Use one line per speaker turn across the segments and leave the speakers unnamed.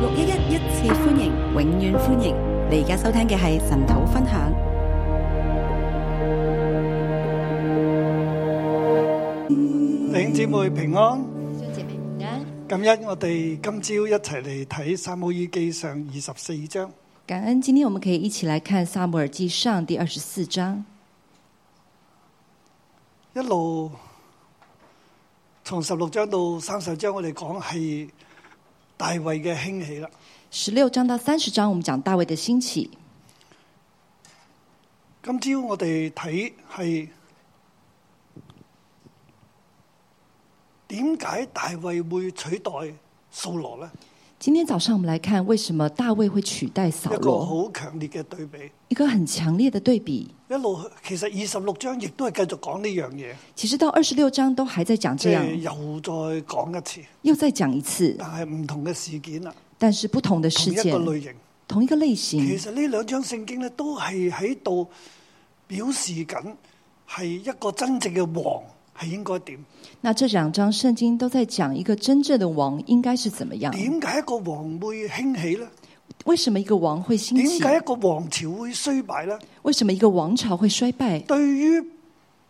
六一一一次歡迎，永遠歡迎！你而家收聽嘅係神土分享。
弟兄姊妹平安，
弟兄姐妹平安，
感恩我哋今朝一齊嚟睇《撒母耳記上》二十四章。
感恩。今天我們可以一起來看《撒母耳記上》第二十四章，
一路從十六章到三十章，我哋講係大衛嘅興起啦。
十六章到三十章，我們講大衛的興起。
今朝我哋睇係點解大衛會取代掃羅呢？
今天早上我們來看為什麼大衛會取代掃
一個
羅，
好強烈嘅對比。
一個很強烈的對比。
一路其實二十六章亦都係繼續講呢樣嘢，
其實到二十六章都還在講
即
這
係
樣，
又再講一次，
又再講一次，
但係唔同嘅事件啦。
但是不同的
同
事
一個
件，嗯
類型。
同一個類
其
型。
實呢兩章聖經咧，都係喺度表示緊係一個真正嘅王係應該點？
那這兩章聖經都在講一個真正的王應該是怎麼樣？
點解一個王會興起呢？
為什麼一個王會
點
興起？
解一個王朝會衰敗呢？
為什麼一個王朝會衰敗？
對於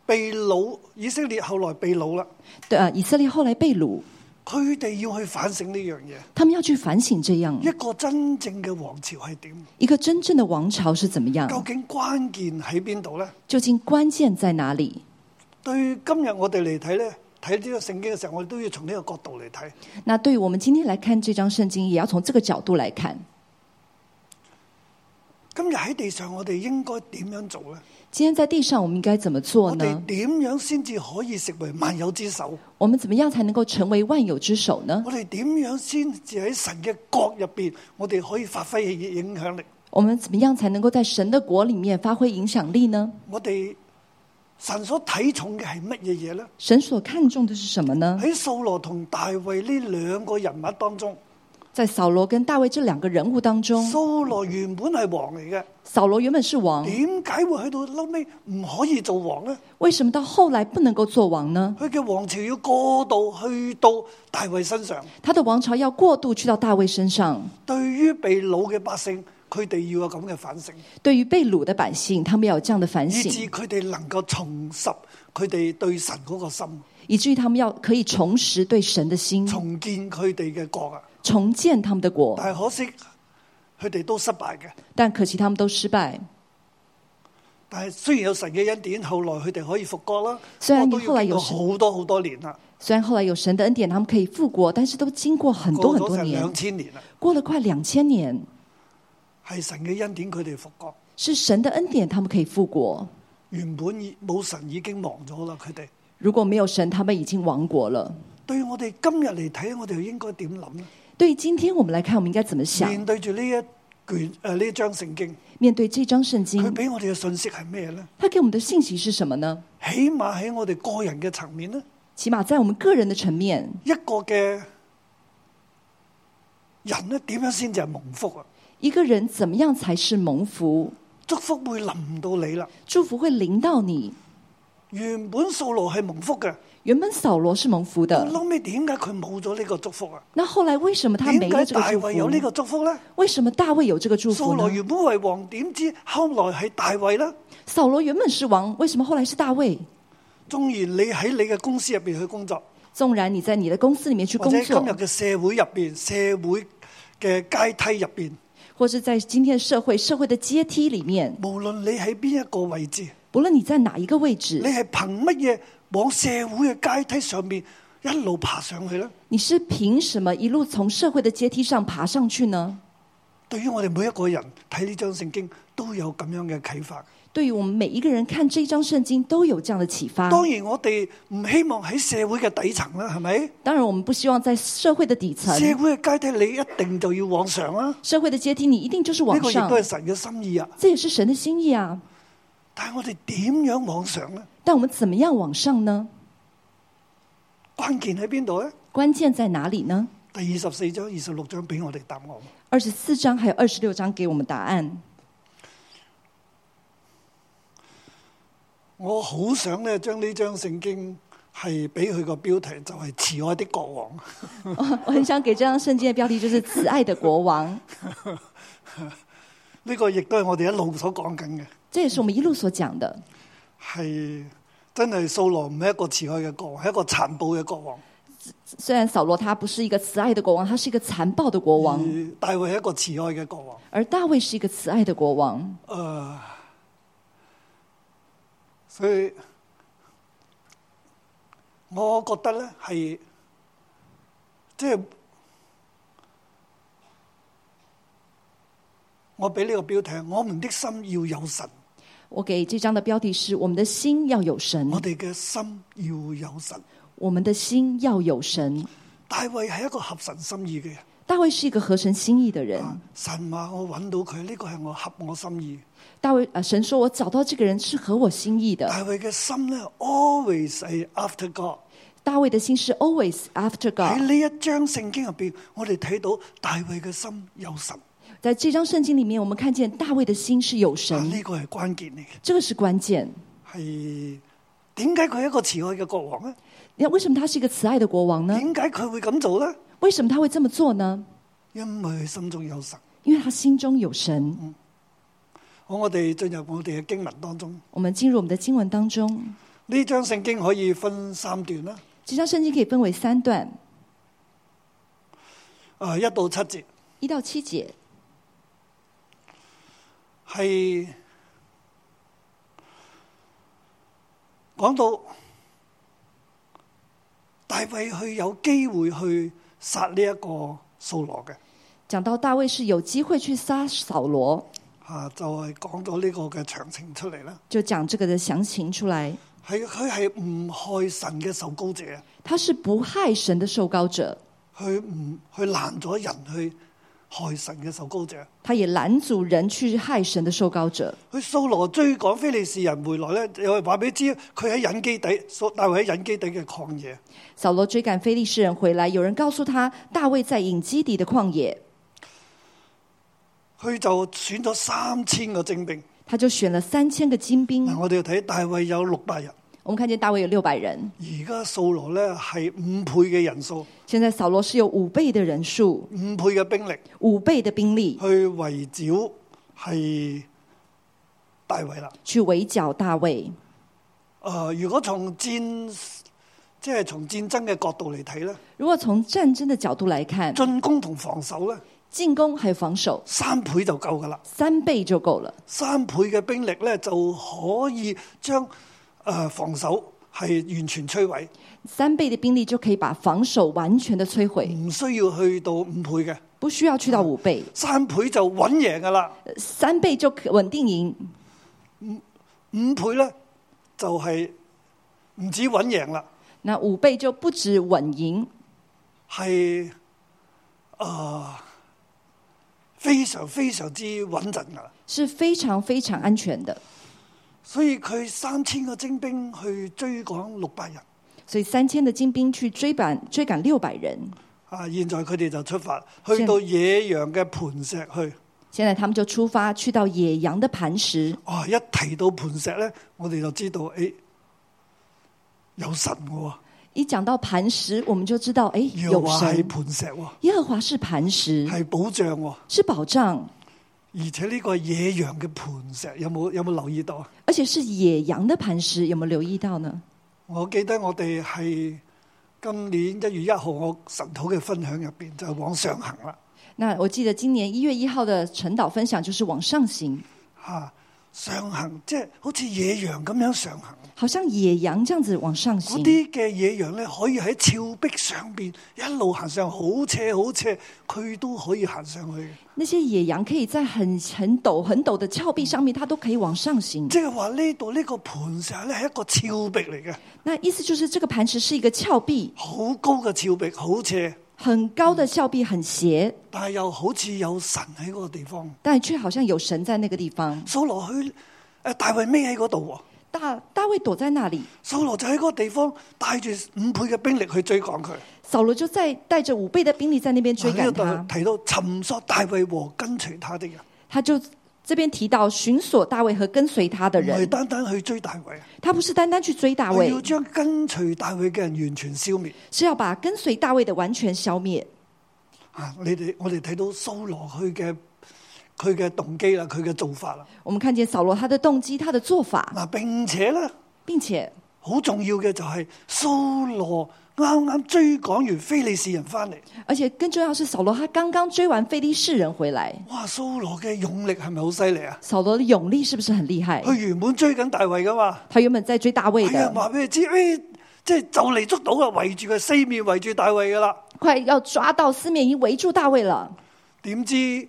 被擄以色列後來被擄啦，
對啊，以色列後來被擄，
佢哋要去反省呢樣嘢。
他們要去反省這樣。
一個真正嘅王朝係點？
一個真正的王朝是怎麼
究
樣？
竟關鍵喺邊度呢？
究竟關鍵在哪裡？
對今日我哋嚟睇呢，睇呢個聖經嘅時候，我哋都要從呢個角度嚟睇。
那對於我們今天來看這張聖經，也要從這個角度來看。
今日喺地上，我哋應該點樣做呢？
今天在地上，我們應該怎麼做
我哋
呢？
點樣先至可以成為萬有之首？
我們怎麼樣才能夠成為萬有之首呢？
我哋點樣先至喺神嘅國入邊，我哋可以發揮影響力？
我們怎麼樣才能夠在神的國裡面發揮影響力呢？
我哋神所睇重嘅係乜嘢嘢呢？
神所看重的是什麼呢？
喺掃羅同大衛呢兩個人物當中，
在掃羅跟大衛這兩個人物當中，
掃羅原本係王嚟嘅，
掃羅原本是王，
點解會去到嬲尾唔可以做王呢？
為什麼到後來不能夠做王呢？
佢嘅王朝要過渡去到大衛身上，
他的王朝要過渡去到大衛身上。
對於被擄嘅百姓，佢哋要有咁嘅反省。
對於被擄的百姓，他們要有這樣的反
以
省。
致佢哋能夠重拾佢哋對神嗰個心，
以至於他們要可以重拾對神的心，
重建佢哋嘅國啊！
重建他們的國。
但係可惜佢哋都失敗嘅。
但可惜他們都失敗。
但係雖然有神嘅恩典，後來佢哋可以復國啦，
雖然
不過都要經過
後
好多好多年啦，
雖然後來有神的恩典，他們可以復國，但是都經過很
過
多很
咗
多
成
年
兩，千年啦，
過了快兩千年，
係神嘅恩典佢哋復國。
是神的恩典，他們可以復國。
原本已冇神已經亡咗啦，佢哋
如果沒有神，他們已經亡國了。
對我哋今日嚟睇，我哋應該點諗呢？
對於今天我們來看，我們應該怎麼想？
面對住呢一卷誒呢一章聖經，
面對這張聖
佢
經，
俾我哋嘅信息係咩呢？
他給我們的信息是什麼呢？
起碼喺我哋個人嘅層面呢。
起碼在我們個人的層面，
一個嘅人咧，點樣先至係蒙福啊？
一個人怎麼樣才是蒙福？
祝福會臨到你啦。
祝福會臨到你。
原本掃羅係蒙福嘅，
原本掃羅是蒙福
到
的，
後尾點解佢冇咗呢個祝福啊？
那後來為什麼他
點
沒
解
了這個
大
祝
衛
福？
有呢個祝福呢？
為什麼大衛有這個祝
掃
福
羅
呢？
原本為王，點知後來係大衛啦。
掃羅原本是王，為什麼後來是大衛？
縱然你喺你嘅公司入邊去工作，
縱然你在你的公司裡面去
或
工
者今日
作，
嘅社會入邊、社會嘅階梯入邊，
或是在今天的社會社會的階梯裡面，
無論你喺邊一個位置，
不論你在哪一個位
你
置，
係憑乜嘢往社會嘅階梯上面一路爬上去呢？
你是憑什麼一路從社會的階梯上爬上去呢？
對於我哋每一個人睇呢張聖經都有咁樣嘅啟發。
對於我們每一個人看這一章聖經都有這樣的啟發。
當然我哋唔希望喺社會嘅底層啦，係咪？
當然，我們不希望在社會的底層、
社會嘅階梯你一定就要往上啦，
社會的階梯，你一定就是
呢
往
個亦
上
都。係神嘅心意啊！
這也是神的心意啊。
但係我哋點樣往上呢？
但我們怎麼樣往上呢？
關鍵喺邊度呢？
關鍵在哪裡呢？
第二十四章、二十六章俾我哋答案。
二十四章還有二十六章給我們答 案。
我好想咧將呢張聖經係俾佢個標題就係、慈愛的國王。
哦我我很想给这张圣经的标题就是“慈爱的国王
呢、個亦都係我哋一路所講緊嘅，”，
这也是我们一路所讲的。
係真係掃羅唔係一個慈愛嘅國王，係一個殘暴嘅國王。
虽然扫罗他不是一个慈爱的国王，他是一个残暴的国
而
王，
大衛係一個慈愛嘅國王。
而大卫是一个慈爱的国王。
诶、所以我覺得咧係即係我俾呢個標題，我們的心要有神，
我给这章的标题是：我们的心要有神
我，哋嘅心要有神。
我们的心要有神。
大衛係一個合神心意嘅人。
大卫是一个合神心意的人。
啊神話我揾到佢，呢個係我合我心意。
大卫啊，神说我找到这个人是合我心意的。
大衛嘅心咧，always 係 after God。
大卫的心是 always after
喺
God。
呢一章聖經入边，我哋睇到大衛嘅心有神，
在这张圣经里面，我们看见大卫的心是有
啊
神，
呢個係關鍵嚟嘅。
这个是关键。
係點解佢係一個慈愛嘅國王咧？
那为什么他是一个慈爱的国王呢？
點解佢會咁做咧？
为什么他会这么做呢？
因為佢心中有神。
因为他心中有神。
好，我哋進入我哋嘅經文當中，
我们进入我们的经文当中，
呢章聖經可以分三段啦，
这张圣经可以分为三段，
啊一到七節
一到七节
係講到大衛去有機會去殺呢一個掃羅嘅。
讲到大卫是有机会去杀扫罗，
啊，就係講咗呢個嘅詳情出嚟啦。
就讲这个的详情出来。
係佢係唔害神嘅受高者，
他是不害神的受膏者，
佢唔佢攔咗人去害神嘅受高者。
他也拦阻人去害神的受膏者。
佢掃羅追趕非利士人回來咧，又係話俾佢知佢喺隱基底，掃大衛喺隱基底嘅曠野。
扫罗追赶非利士人回来，有人告诉他，大卫在隐基底的旷野，
佢就選咗三千個精兵。
他就选了三千个精兵
嗱、。我哋要睇大衛有六百人，
我们看见大卫有六百人，
而家掃羅咧係五倍嘅人數，
现在扫罗是有五倍的人数，
五倍嘅兵力
五倍的兵力
去圍剿係大衛啦。
去围剿大卫。
誒、如果從戰即係從戰爭嘅角度嚟睇咧，
如果從战争的角度来看，
進攻同防守咧，
进攻还有防守，
三倍就夠噶啦。
三倍就够了。
三倍嘅兵力咧，就可以將誒、呃防守係完全摧毀，
三倍的兵力就可以把防守完全的摧毁，
唔需要去到五倍嘅。
不需要去到五倍，
三倍就穩贏噶啦，
呃三倍就可稳定赢，
五倍咧就係、唔止穩贏啦，
那五倍就不止稳赢，
係誒、呃非常非常之穩陣噶啦。
是非常非常安全的。
所以佢三千個精兵去追趕六百人。
所以三千的精兵去追赶追赶六百人，
啊！現在佢哋就出發，
現
去到野羊嘅磐石去。
现在他们就出发去到野羊的磐石。
哇！啊一提到磐石咧，我哋就知道，诶、有神嘅、喎，
一讲到磐石，我们就知道，哎，
耶和
有
華係
神，
磐石、喎，
耶和华是磐石，
係保障、喎。
是保障，
而且呢個係野羊嘅磐石，有冇有冇留意到啊？
而且是野羊的磐石。有没有留意到呢？
我記得我哋係今年一月一號我神土嘅分享入邊就往上行啦，
那我记得今年一月一号的晨导分享就是往上行，
嚇、上行即係好似野羊咁樣上行。
好像野羊这样子往上
嗰
行。
啲嘅野羊咧，可以喺峭壁上邊一路行上，好斜好斜，佢都可以行上去嘅。
那些野羊可以在很很陡、很陡的峭壁上面，它都可以往上行。
即係話呢度呢個磐石咧係一個峭壁嚟嘅，
那意思就是这个磐石是一个峭壁，
好高嘅峭壁，好斜，
很高的峭壁，很斜，
但係又好似有神喺嗰個地方。
但却好像有神在那个地方。
掃羅去誒大衛孭喺嗰度
大大卫躲在那里，
喎，掃羅就喺嗰個地方帶住五倍嘅兵力去追趕佢。
扫罗就在带着五
哎
倍的兵力在那边追
嗱呢
赶
度
他，
提到尋索大衛和跟隨他的人，
他就这边提到寻索大卫和跟随他的
唔係
人，
單單去追大衛，啊
他不是单单去追大
佢
卫
要，將跟隨大衛嘅人完全消滅。
是要把跟随大卫的完全消灭。
啊！你哋我哋睇到掃羅佢嘅佢嘅動機啦，佢嘅做法啦。
我们看见扫罗他的动机，他的做法，
嗱，並且咧，
并且
好重要嘅就係掃羅啱啱追趕完非利士人翻嚟，
而且更重要的是，扫罗他刚刚追完非利士人回来，
哇！掃羅嘅勇力係咪好犀利啊？
扫罗的勇力是不是很厉害
佢？原本追緊大衛噶嘛，
他原本在追大卫
有人
的，
話俾佢知，诶、即係就嚟捉到啦，圍住佢四面圍住大衛噶啦。
快要抓到四面已经围住大卫了，
點知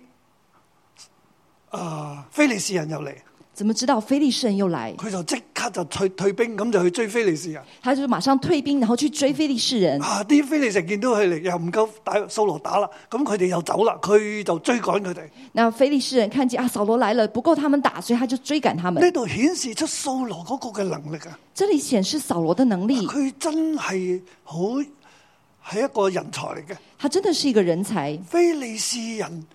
啊、非利士人又嚟，
怎么知道非利士人又来？
佢就即刻就退退兵，咁就去追非利士人。
他就马上退兵，然后去追非利士人。
啊！啲非利士人見到佢嚟，又唔夠打掃羅打啦，咁佢哋又走啦，佢就追趕佢哋。
那非利士人看见啊，扫罗来了，不够他们打，所以他就追赶他们
呢。度顯示出掃羅嗰個嘅能力啊！
这里显示扫罗的能力，
佢真係好係一個人才嚟嘅，
他真的是一个人才。
非利士人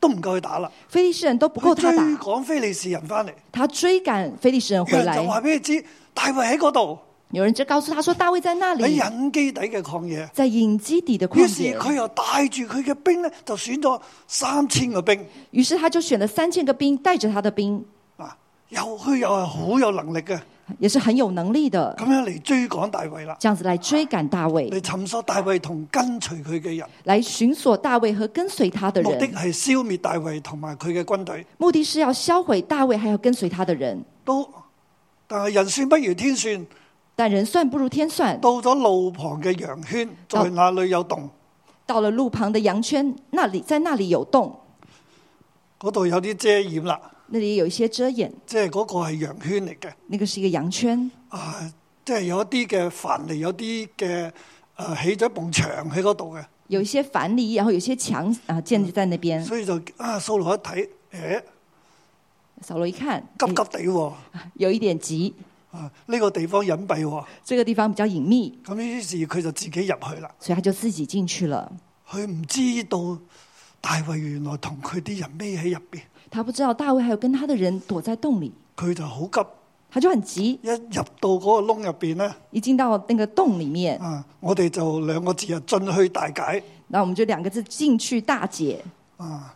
都唔夠佢打啦，
非利士人都不
佢
够
追
他打，
趕非利士人翻嚟，
他追赶非利士人
有
回
人就話
来。
俾佢知，大衛喺嗰度
有人就告诉他说，大卫在那
喺
里，
隱基底嘅曠野。
在隐基底的
於
旷
哎是
野。
佢又帶住佢嘅兵咧，就選咗三千個兵
于是他就选了三千个兵，带着他的兵，
啊，又佢又係好有能力嘅，
也是很有能力的，
咁樣嚟追趕大衛啦。
这样子来追赶大卫，
嚟尋索大衛同跟隨佢嘅人，
来寻索大衛和跟随他的
目的
人，
係消滅大衛同埋佢嘅軍隊。
目的是要销毁大衛，还有跟随他的人。
都但係人算不如天算，
但人算不如天算，
到咗路旁嘅羊圈，在
哦
那裏有洞，
到了路旁的羊圈那里，在那里有洞，
嗰度有啲遮掩啦，
那里有一些遮掩，
即係嗰個係羊圈嚟嘅。
那个是一个羊圈，
啊，即係有一啲嘅樊嚟，有啲嘅誒起咗埲牆喺嗰度嘅，
有一些樊篱，然后有一些墙啊建立在那边。
所以就啊，掃羅一睇，誒
扫罗一看，
急急地喎，
哎有一点急，
啊呢、個地方隱蔽喎，
这个地方比較隱秘，
咁於是佢就自己入去啦。
所以他就自己进去了。
佢唔知道大衛原來同佢啲人孭喺入邊，
他不知道大衛还有跟他的人躲在洞里，
佢就好急，
他就很急，
一入到嗰個窿入邊咧，
一进到那个洞里面，
啊，我哋就兩個字啊，進去大解
那我们就两个字进去大解。
啊。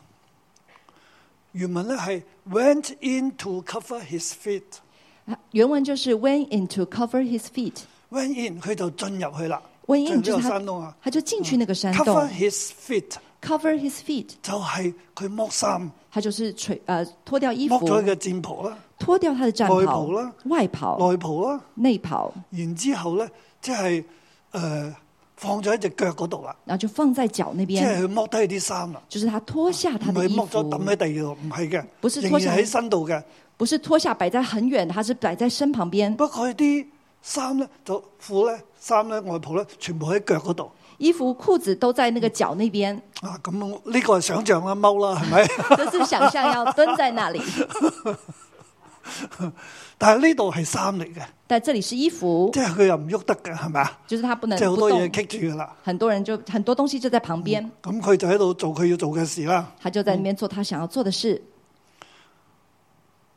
原文咧係 went in to cover his feet，went
原文就是 went in to cover his feet。
in 佢就進入去啦，
Went in
就
就
呢
是
個
他
山窿啊，
他就进去那个山洞
cover his feet
，cover his feet，
就係佢剝衫，
他就是垂呃脱掉衣服
剝，咗佢嘅戰袍啦、
脱掉他的战
外
袍
袍啦、
外袍、
內袍啦，
内袍，
然之後咧即係誒放咗喺只腳嗰度啦，
然后就放在脚那
即
边，
係佢剝低佢啲衫啦。
就是他脱下他
唔
的
係
衣
剝咗抌
服，
喺地度，唔係
不
嘅，
是
仍
拖
然
上
喺身度嘅。
不是脱下摆在很远，他是摆在身旁边，
不過佢啲衫咧，就褲咧、衫咧、外袍咧，全部喺腳嗰度。
衣服裤子都在那个脚那边，
啊，咁我呢個係想像啦，踎啦，係 咪？
这是想象要蹲在 那里，
但係呢度係衫嚟嘅，
但这里是衣服
即，係佢又唔喐得嘅，係咪啊？
就是他不
即
能
係好
不
多
动
嘢，嗯棘住噶啦。
很多人就很多东西就在旁边，
咁佢就喺度做佢要做嘅事啦。
他就在那边做他想要做的事。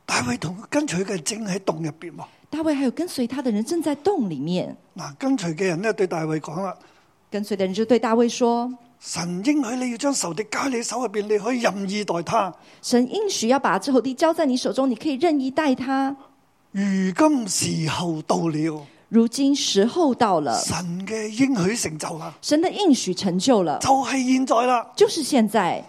大衛同跟隨嘅正喺洞入邊喎。
大卫还有跟随他的人正在洞里面，
嗱，跟隨嘅人咧對大衛講啦：
跟随的人就对大卫说
神應許你要將仇敵交喺你手入邊，你可以任意待他。：“
神应许要把仇敌交在你手中，你可以任意待他。
如今時候到了，
如今时候到了，
神嘅應許成就啦。
神的应许成就了，
就係現在啦！
就是现在。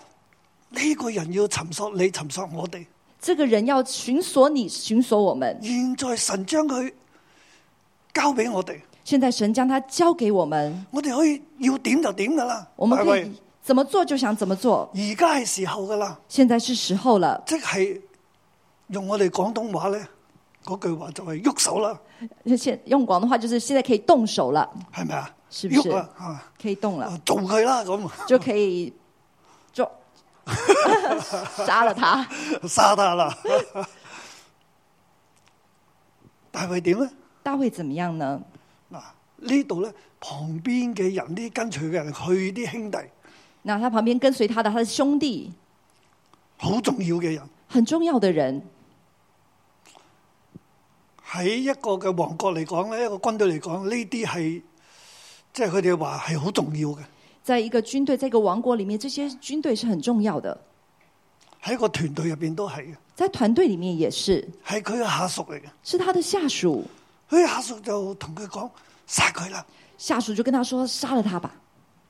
呢、個人要尋索你，尋索我哋。
这个人要寻索你，寻索我们。
現在神將佢交俾我哋，
现在神将他交给我们，
我哋可以要點就點噶啦。
我们
大
可
衛
以怎么做就想怎么做。
而家係時候噶啦，
现在是时候了，
即係用我哋廣東話咧，嗰句話就係喐手啦，
现用广东话就是现在可以动手了，
係咪啊？
是不是
喐啦啊
可以动了，
啊，做佢啦咁，
就可以就 杀了他。
殺他啦！ 大衛點咧？
大卫怎么样呢？
嗱，呢度咧旁邊嘅人，呢啲跟隨嘅人，佢啲兄弟
那他旁边跟随他的他的兄弟，
好重要嘅人。
很重要的人。
喺一個嘅王國嚟講咧，一個軍隊嚟講，呢啲係即係佢哋話係好重要嘅，
在一个军队，在一个王国里面，这些军队是很重要的，
喺一個團隊入邊都係嘅，
在团隊里面也是，
係佢嘅下屬嚟嘅。
是他的下屬，
佢下屬就同佢講殺佢啦，
下屬就跟他說：“殺了他吧。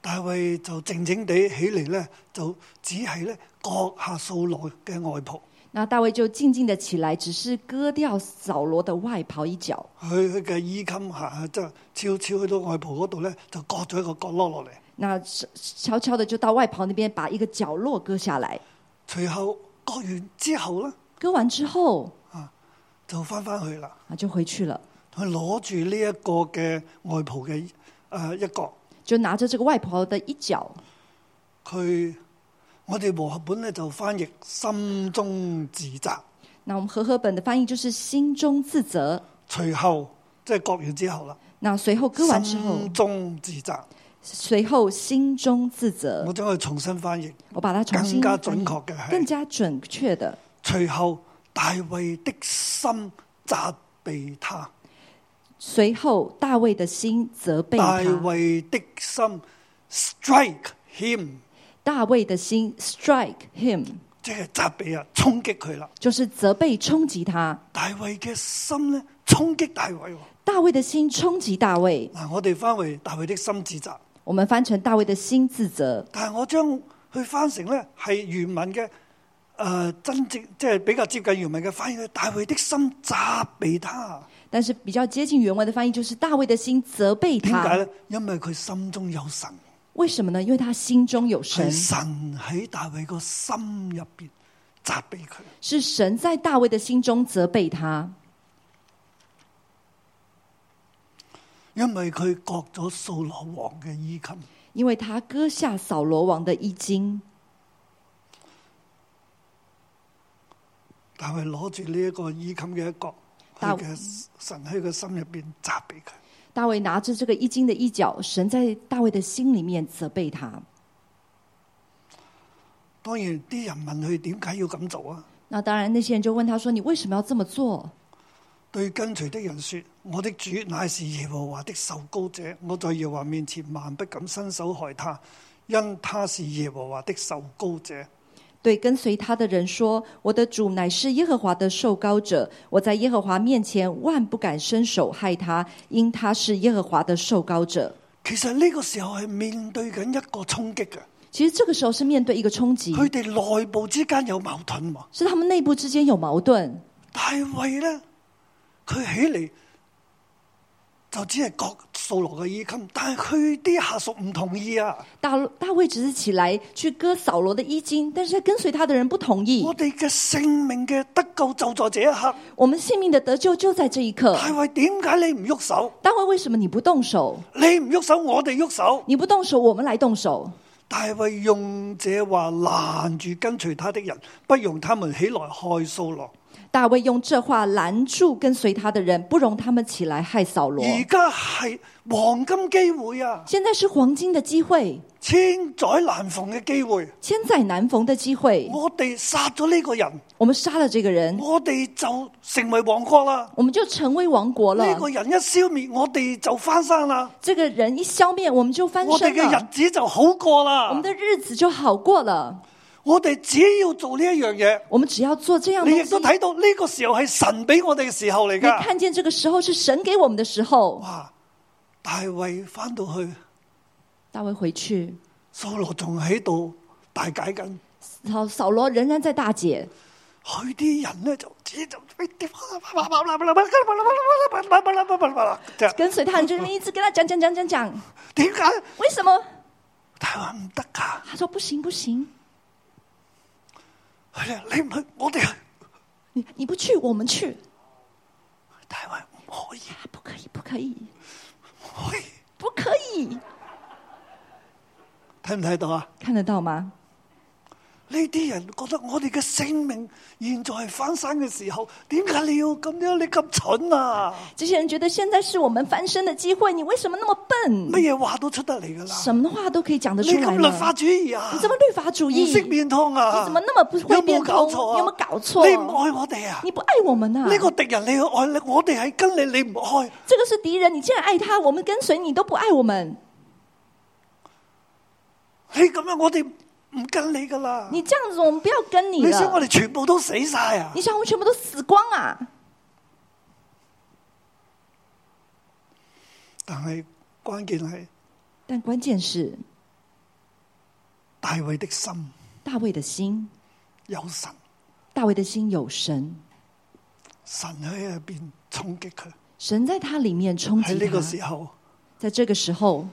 大衛就靜靜地起嚟咧，就只係咧割下掃羅嘅外袍，”
那大衛就静静的起来，只是割掉扫罗的外袍一角，
佢佢嘅衣襟下即係悄悄去到外袍嗰度咧，就割咗一個角落落嚟。
那悄悄的就到外袍那边把一个角落割下来。
隨後割完之後咧，
割完之后
就翻返去啦。
啊，就回去了，
佢攞住呢一個嘅外袍嘅誒一角，
就拿着这个外袍的一角。
佢我哋和合本咧就翻譯心中自責。
那我们和合本的翻译就是心中自责。
隨後即係割完之後啦，
那随后割完之后，
心中自責。
随后心中自责
我。將佢重新翻譯，
我把它重
更
新
加
翻
準
译
確嘅
更
係。
加准确的。
隨後大衛的心責備他，
随后大卫的心责备
大
他，
衛的心 strike him，
大卫的心 strike him，
即係責備啊，衝擊佢啦。
就是责备冲击他。
大衛嘅心咧衝擊大衛喎。
大卫的心冲击大卫，
嗱，我哋翻回大衛的心自責，
我们翻成大卫的心自责，
但係我將佢翻成咧係原文嘅。誒、真正即係比較接近原文嘅翻譯，大衛的心責備他。
但是比较接近原文的翻译就是大卫的心责备
點解
他。
咧？因為佢心中有神，
为什么呢？因为他心中有
係
神，
神喺大衛個心入邊責備佢。
是神在大卫的心中责备他，
因为佢割咗扫罗王嘅衣襟，
因为他割下扫罗王的衣襟。
但系攞住呢一个衣襟嘅一角，
但
佢嘅神喺佢心入边责备佢。
大卫拿着这个衣襟的一角，神在大卫的心里面责备他。
当然啲人问佢点解要咁做啊？
那当然，那些人就问他说：“你为什么要这么做
对跟随的人说：我的主乃是耶和华的受高者，我在耶和华面前万不敢伸手害他，因他是耶和华的受高者。？”
对跟随他的人说：“我的主乃是耶和华的受膏者，我在耶和华面前万不敢伸手害他，因他是耶和华的受膏者。
其实呢个时候系面对紧一个冲击嘅，”
其实这个时候是面对一个冲击，
佢哋内部之间有矛盾喎。
是他们内部之间有矛盾。
大衛咧，佢起嚟就只係割掃羅嘅衣襟，但係佢啲下屬唔同意啊！
大大卫只是起来去割扫罗的衣襟，但是跟随他的人不同意
我。哋嘅性命嘅得救就在這一刻。
我们性命的得救就在这一刻。
大衛點解你唔喐手？
大卫，为什么你不动手？
你唔喐手，我哋喐手。
你不动手，我们来动手。
大衛用這話攔住跟隨他的人，不容他們起來害掃羅。
大卫用这话拦住跟随他的人，不容他们起来害扫罗。
而家係黃金機會啊，
现在是黄金的机会，
千載難逢嘅機會。
千载难逢的机会。
我哋殺咗呢個人，
我们杀了这个人，
我哋就成為王國啦。
我们就成为王国了
呢。個人一消滅，我哋就翻身啦，
这个人一消灭，我们就翻
我哋
身
嘅
了
日，子就好過
我们
啦。
的日子就好过了。
我哋只要做呢一樣嘢，
我们只要做这样的
你亦
东西
都，睇到呢個時候係神俾我哋嘅時候嚟
你
噶。
看见这个时候是神给我们的时候。
哇！大衛翻到去，
大卫回去，
掃羅仲喺度大解緊，
扫扫罗仍然在大解，
佢啲人咧就只就點
跟随他人就一直跟他讲讲讲讲讲，
解？
为什么？
大衛話唔得㗎，
他说不行不行，
係啊，你唔去，我哋去。
你你不去，我们去。
大衛唔可以，
啊不可以，不可以，
唔可以，
不可以！
睇唔睇到啊？
看得到吗？
呢、呢啲人覺得我哋嘅性命現在係翻生嘅時候，點解你要咁樣？你咁蠢啊！
这些人觉得现在是我们翻身的机会，你为什么那么笨？
乜嘢話都出得嚟㗎啦！
什么话都可以讲得
你
出来
咁
了
律法主義啊
你？怎么律法主
唔
义？
識變通啊？
你怎麼那麼不會
有冇
變
搞
通
錯啊？
有冇搞錯
你唔愛我哋啊？
你不愛我们呐、
呢個敵人你要愛你，我哋係跟你，你唔愛。
这个是敌人，你竟然爱他，我们跟随你都不爱我们，
你咁樣我哋唔跟你㗎啦。
你这样子我们不要跟你
你想我
了。
哋全部都死晒啊
你？想我们全部都死光啊！
但係關鍵係
但关键是
大衛的心
大卫的心，
有神，
大卫的心有神，
神喺入邊衝擊佢。
神在他里面冲击
喺呢個時
他。
候，
在这个时候，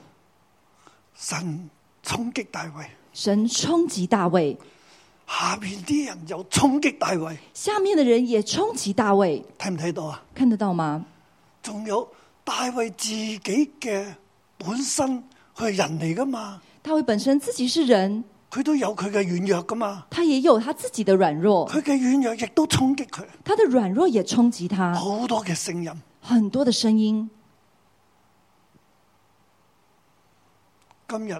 神衝擊大衛，
神冲击大卫，
下邊啲人又衝擊大衛，
下面的人也冲击大卫，
睇唔睇到啊？
看得到吗？
仲有大衛自己嘅本身，佢係人嚟噶嘛，
大卫本身自己是人，
佢都有佢嘅軟弱噶嘛，
他也有他自己的软弱，
佢嘅軟弱亦都衝擊佢，
他的软弱也冲击他。
好多嘅聲音。
很多的声音，
今日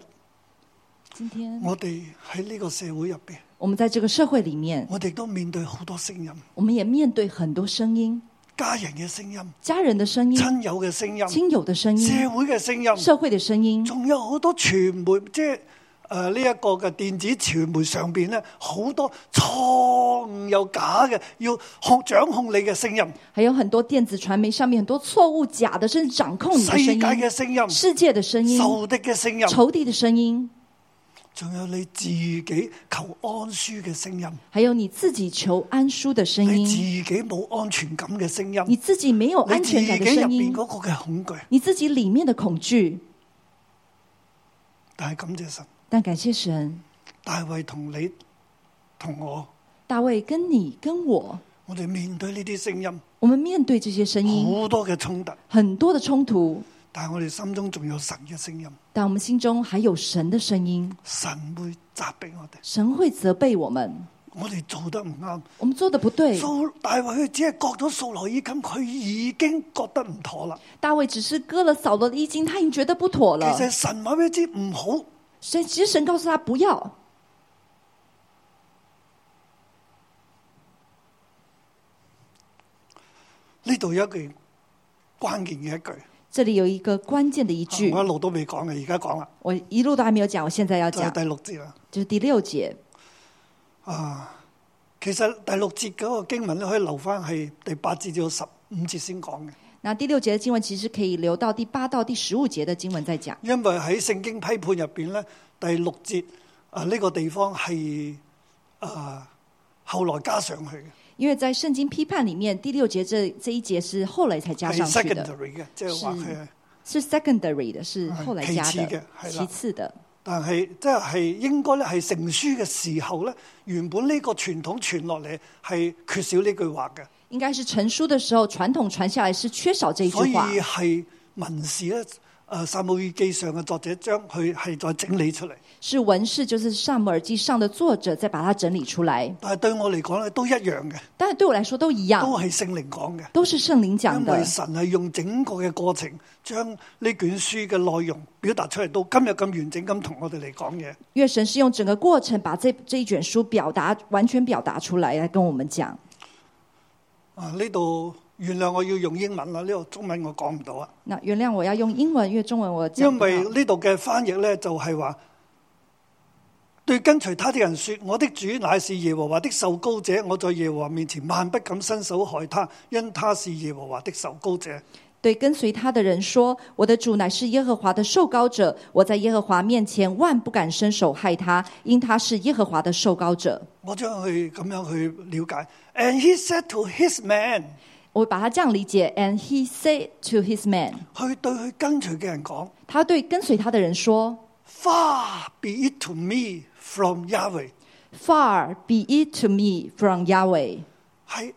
今天
我哋喺呢個社會入邊，
我们在这个社會里面，
我哋都面對好多聲音，
我们也面对很多声音，
家人嘅聲音、
家人的声音、
親友嘅聲音、
亲友的声音、
社會嘅聲音。
社会的声音，
仲有好多傳媒，即係誒呢一個嘅電子傳媒上邊咧，好多錯誤又假嘅，要控掌控你嘅聲音，
还有很多电子传媒上面很多错误、假的，甚至掌控你
世
的
界
声
嘅
音、
聲音，
世界的声音、
仇敵嘅聲音，
仇敌的声音，
仲有你自己求安舒嘅聲音，
还有你自己求安舒的声
你自
音，
己冇安全感嘅聲音，
你自己没有
你
安
自己
全
入
感的声
邊
音，
嗰個嘅恐懼。
你自己里面的恐惧。
但係感謝神，
但感谢神，
大衛同你同我，
大卫跟你跟我，
我哋面對呢啲聲音，
我们面对这些声音，
好多嘅衝突，
很多的冲突，
但係我哋心中仲有神嘅聲音，
但我们心中还有神的声音。
神會責備我哋。
神会责备我们，
我哋做得唔啱。
我们做的不对。
掃大衛佢只係割咗掃羅衣襟，佢已經覺得唔妥啦。
大卫只是割了扫罗的衣襟，他已经觉得不妥
其
了。
實神話俾佢知唔好，
神其实神告诉他不要，
呢度有一句關鍵嘅一句，
这里有一个关键的一句，
啊我一路都未講嘅，而家講啦，
我一路都还没有讲，我现在要
就係
讲，
第六節啦。
就是第六节。
啊，其實第六節嗰個經文咧，可以留翻係第八節至到十五節先講嘅，
那第六节的经文其实可以留到第八到第十五节的经文再讲，
因為喺聖經批判入邊咧，第六節啊呢、個地方係啊後來加上去嘅，
因为在圣经批判里面，第六节这这一节是后来才加
係
上去嗯的，
secondary 嘅，即係話佢係。
是 secondary 的，是后来加
其次的
的，
是啦
其次的。
但係即係應該咧，係成書嘅時候咧，原本呢個傳統傳落嚟係缺少呢句話嘅，
应该是成书的时候，传统传下来是缺少这一
所以
句话，
係文士咧，誒撒母耳記上嘅作者將佢係再整理出嚟。
是文士，就是《萨姆耳记上》的作者再把它整理出来。
但係對我嚟講咧，都一樣嘅，
但是对我来说都一样，
都啊係聖靈講嘅，
都是圣灵讲
因
的
為，神係用整個嘅過程將呢卷書嘅內容表達出嚟，到今日咁完整咁同我哋嚟講嘢。
因为神是用整个过程把这这一卷书表达完全表达出来，来跟我们讲。
啊，呢度原諒我要用英文啦，呢度中文我講唔到啊。
那原谅我要用英文，因为中文我讲
因
不
為
到。
呢度嘅翻譯呢，就係話對跟隨他的人說：我的主乃是耶和華的受膏者，我在耶和華面前萬不敢伸手害他，因他是耶和華的受膏者。
对跟随他的人说：“我的主乃是耶和华的受膏者，我在耶和华面前万不敢伸手害他，因他是耶和华的受膏者。
我將佢咁樣去了解。And he said to his man，”
我把它这样理解：“And he said to his man，
去對佢跟隨嘅人講
他对跟随他的人说
：Far be it to me from Yahweh，
：‘Far be it to me from Yahweh。’
係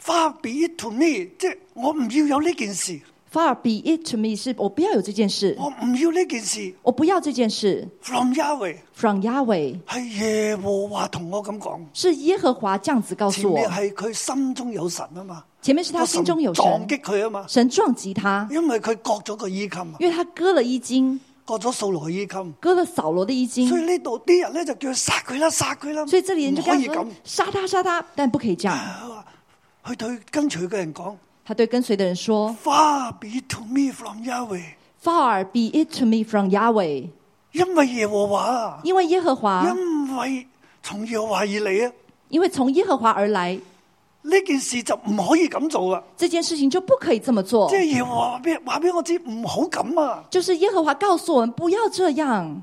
Far be it to me，即係我唔要有呢件事。
Far be it to me，是我不要有这件事，
我唔要呢件事。
我不要这件事。
From Yahweh
From Yahweh，
係耶和華同我咁講，
是耶和华这样子告
前
诉我。
面係佢心中有神啊嘛，
前面是他
個
心中有神，
撞擊佢啊嘛，
神撞击他，
因為佢割咗個衣襟啊，
因为他割了衣襟，
割咗掃羅嘅衣襟，
割了扫罗的衣襟。
所以呢度啲人咧就叫佢殺佢啦，殺佢啦，
嗯所以这里人就
唔可
跟
以
他说
咁。啊
杀他杀他，但不可以这样。
佢話佢對跟隨嘅人講
他对跟随的人说
：Far be it to me from Yahweh，
：Far be it to me from Yahweh，
因為耶和華啊，
因为耶和华，
因為從耶和華而嚟啊，
因为从耶和华而来，
呢件事就唔可以咁做啦。
这件事情就不可以这么做
即。係耶和華話俾話俾我知唔好咁啊！
就是耶和华告诉我们不要这样。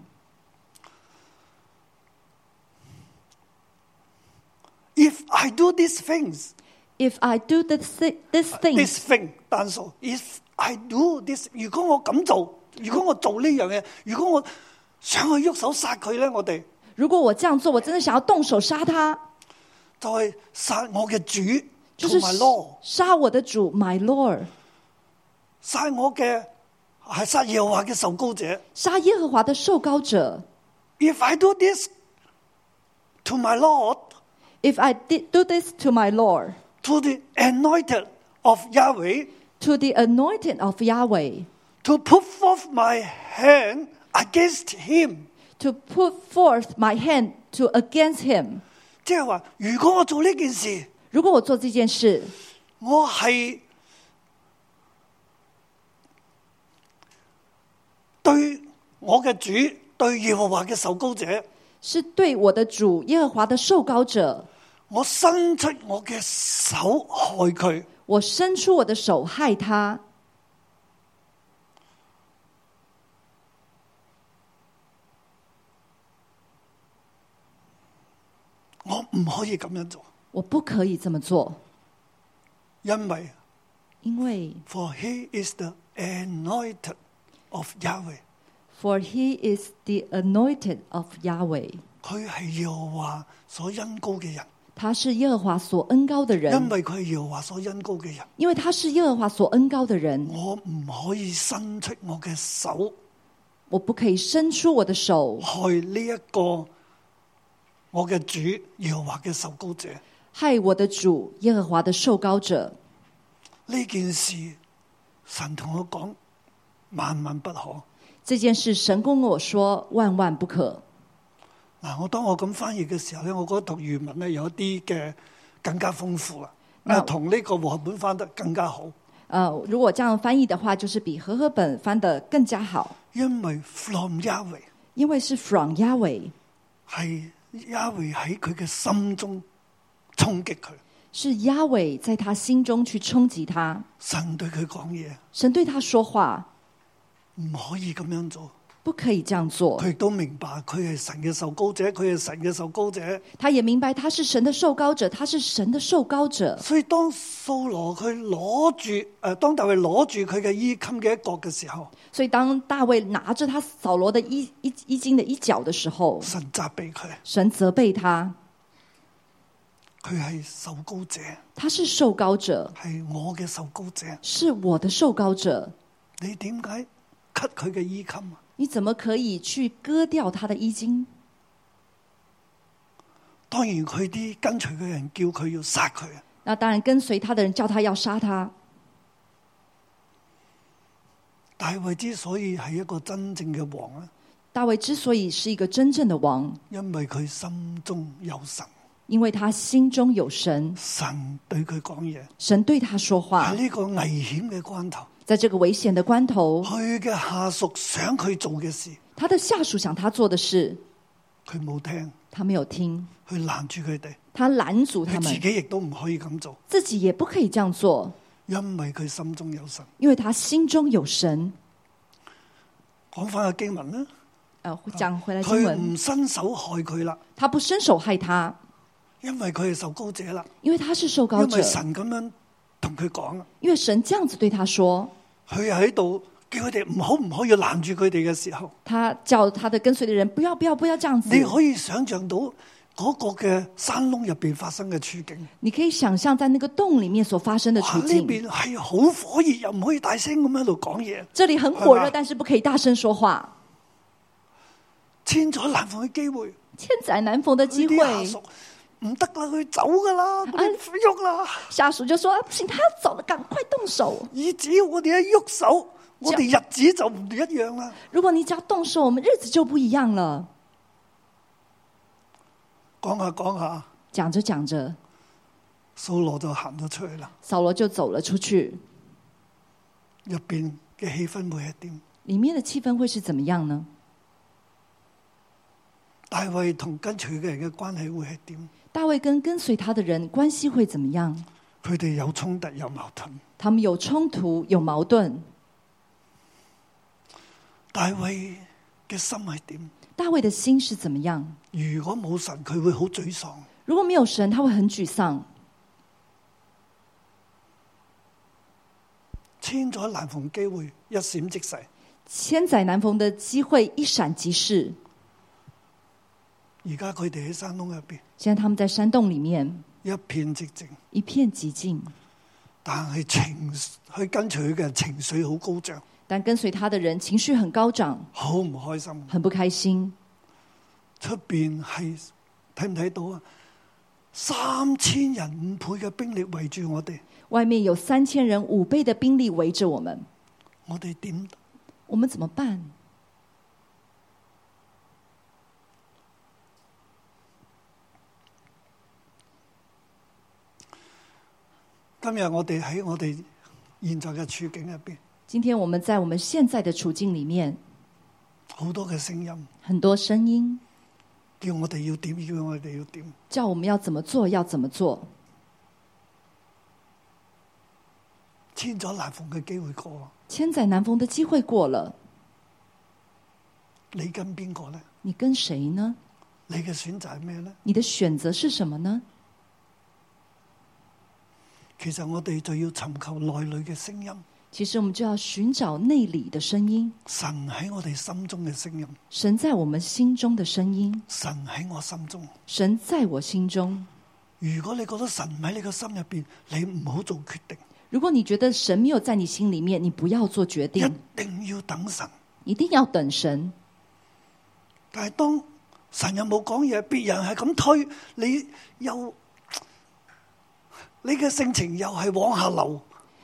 If I do these things,
If I do the thi- this thing，
this thing 單數。If I do this，如果我咁做，如果我做呢樣嘢，如果我想去喐手殺佢咧，我哋
如果我这样做，我真的想要动手杀他，
就係殺我嘅主
就是
同埋 law，
杀我的主 my Lord，
殺我嘅係殺耶和華嘅受高者。
杀耶和华的受膏者。
If I do this to my Lord,
If I did do this to my Lord,
to the anointed of Yahweh,
to the anointing of Yahweh,
to put forth my hand against him，
to put forth my hand to against him。
即係話，如果我做呢件事。
如果我做这件事，
我係對我嘅主，對耶和華嘅受高者，
是对我的主耶和华的受膏者，
我伸出我嘅手害佢，
我伸出我的手害他，
我唔可以咁樣做，
我不可以这么做，
因為
因为
for he is the anointed of Yahweh，
For he is the anointed of Yahweh，
佢係耶和華所恩高嘅人，
他是耶和华所恩高的
因
人，
為佢係耶和華所恩高嘅人，
因为他是耶和华所恩高的人，
我唔可以伸出我嘅手
我不可以伸出我的手
害呢一個我嘅主耶和華嘅受高者。
害我的主耶和华的受膏者。
呢件事，神同我講萬萬不可。
这件事，神跟我说万万不可。
嗱，我當我咁翻譯嘅時候咧，我覺得讀語文咧有一啲嘅更加豐富啦，啊，
嗯
同呢個和合本翻得更加好，
呃，如果这样翻译的话，就是比和合本翻得更加好，
因為 from Yahweh
因为是 from Yahweh，
係 Yahweh 喺佢嘅心中衝擊佢，
是 Yahweh 在他心中去冲击他。
神對佢講嘢
神对他说话，
唔可以咁樣做，
不可以这样做。
佢亦都明白佢係神嘅受高者，佢係神嘅受高者，
他也明白他是神的受膏者，他是神的受膏者。
所以當掃羅佢攞住誒、呃，當大衛攞住佢嘅衣襟嘅一角嘅時候。
所以当大卫拿着他扫罗的衣衣衣襟的一角的时候，
神責備佢，
神责备他，
佢係受高者，
他是受膏者，
係我嘅受高者。
是我的受膏者，
你點解 cut 佢嘅衣襟啊？
你怎么可以去割掉他的衣襟？
當然佢啲跟隨嘅人叫佢要殺佢啊，
那当然，跟随他的人叫他要杀他。
大衛之所以係一個真正嘅王咧，
大卫之所以是一个真正的王，
因為佢心中有神，
因为他心中有神，
神對佢講嘢。
神對他说话
喺。呢個危險嘅關頭，
在这个危险的关头，
佢嘅下屬想佢做嘅事，
他的下属想他做的事，
佢冇聽，
他没有听，
佢攔住佢哋，
他拦阻
佢
他们
自。己亦都唔可以咁做，
自己也不可以这样做，
因為佢心中有神。
因为他心中有神。
講翻個經文啦，
呃，讲回来经
佢
文，
唔伸手害佢啦。
他不伸手害他，
因为佢系受高者啦，
因为他是受
因
膏者
为，神咁样同佢讲啊，
因为神这样子对他说，
佢喺度叫佢哋唔好唔可以拦住佢哋嘅时候，
他叫他的跟随的人不要不要不要这样子。
你可以想象到嗰個嘅山窿入邊發生嘅處境。
你可以想象在那个洞里面所发生的
哇！
处
呢
境。
邊係好火熱，又唔可以大聲咁喺度講嘢，
这里很火
是吧
热，但是不可以大声说话。
千載難逢嘅機會。
千载难逢的
呢
机
啲
会，
下屬唔得啦，佢走噶啦，佢唔喐啦。
下属就说：“不行，他要走了，赶快动手。
以只要我哋一喐手，我哋日子就唔一樣啦。
如果你只要动手，我们日子就不一样了。
講下講下，”
讲着讲着，
掃羅就行咗出去啦。
扫罗就走了出去。
入邊嘅氣氛會係點？
里面的气氛会是怎么样呢？
大衛同跟隨嘅人嘅關係會係點？
大卫跟跟随他的人关系会怎么样？
佢哋有衝突有矛盾。
他们有冲突，有矛盾。
大衛嘅心係點？
大卫的心是怎么样？
如果冇神，佢會好沮喪。
如果没有神，他会很沮丧。
千載難逢機會，一閃即逝。
千载难逢的机会一闪即逝。
而家佢哋喺山窿入邊
现在他们在山洞里面
一片寂靜。
一片寂静，
但係情去跟隨佢嘅人情緒好高漲，
但跟随他的人情绪很高涨，
好唔開心。
很不开心。
出邊係睇唔睇到啊？三千人五倍嘅兵力圍住我哋，
外面有三千人五倍的兵力围着我们，
我哋點？
我们怎么办？
今日我哋喺我哋現在嘅處境入邊，
今天我们在我们现在的处境里面，
好多嘅聲音
很多声音
叫我哋要點，叫我哋要點。
叫我们要怎么做，要怎么做。
千載難逢嘅機會過，
千载难逢的机会过了，
你跟邊個呢？
你跟谁呢？
你嘅選擇係咩呢？
你的选择是什么呢？
其實我哋就要尋求內裏嘅聲音，
其实我们就要寻找内里的声音，
神喺我哋心中嘅聲音，
神在我们心中的声音，
神喺我心中。
神在我心中。
如果你覺得神唔喺你個心入邊，你唔好做決定，
如果你觉得神没有在你心里面，你不要做决定，
一定要等神。
一定要等神。
但係當神又冇講嘢，別人係咁推你又，你嘅性情又係往下流，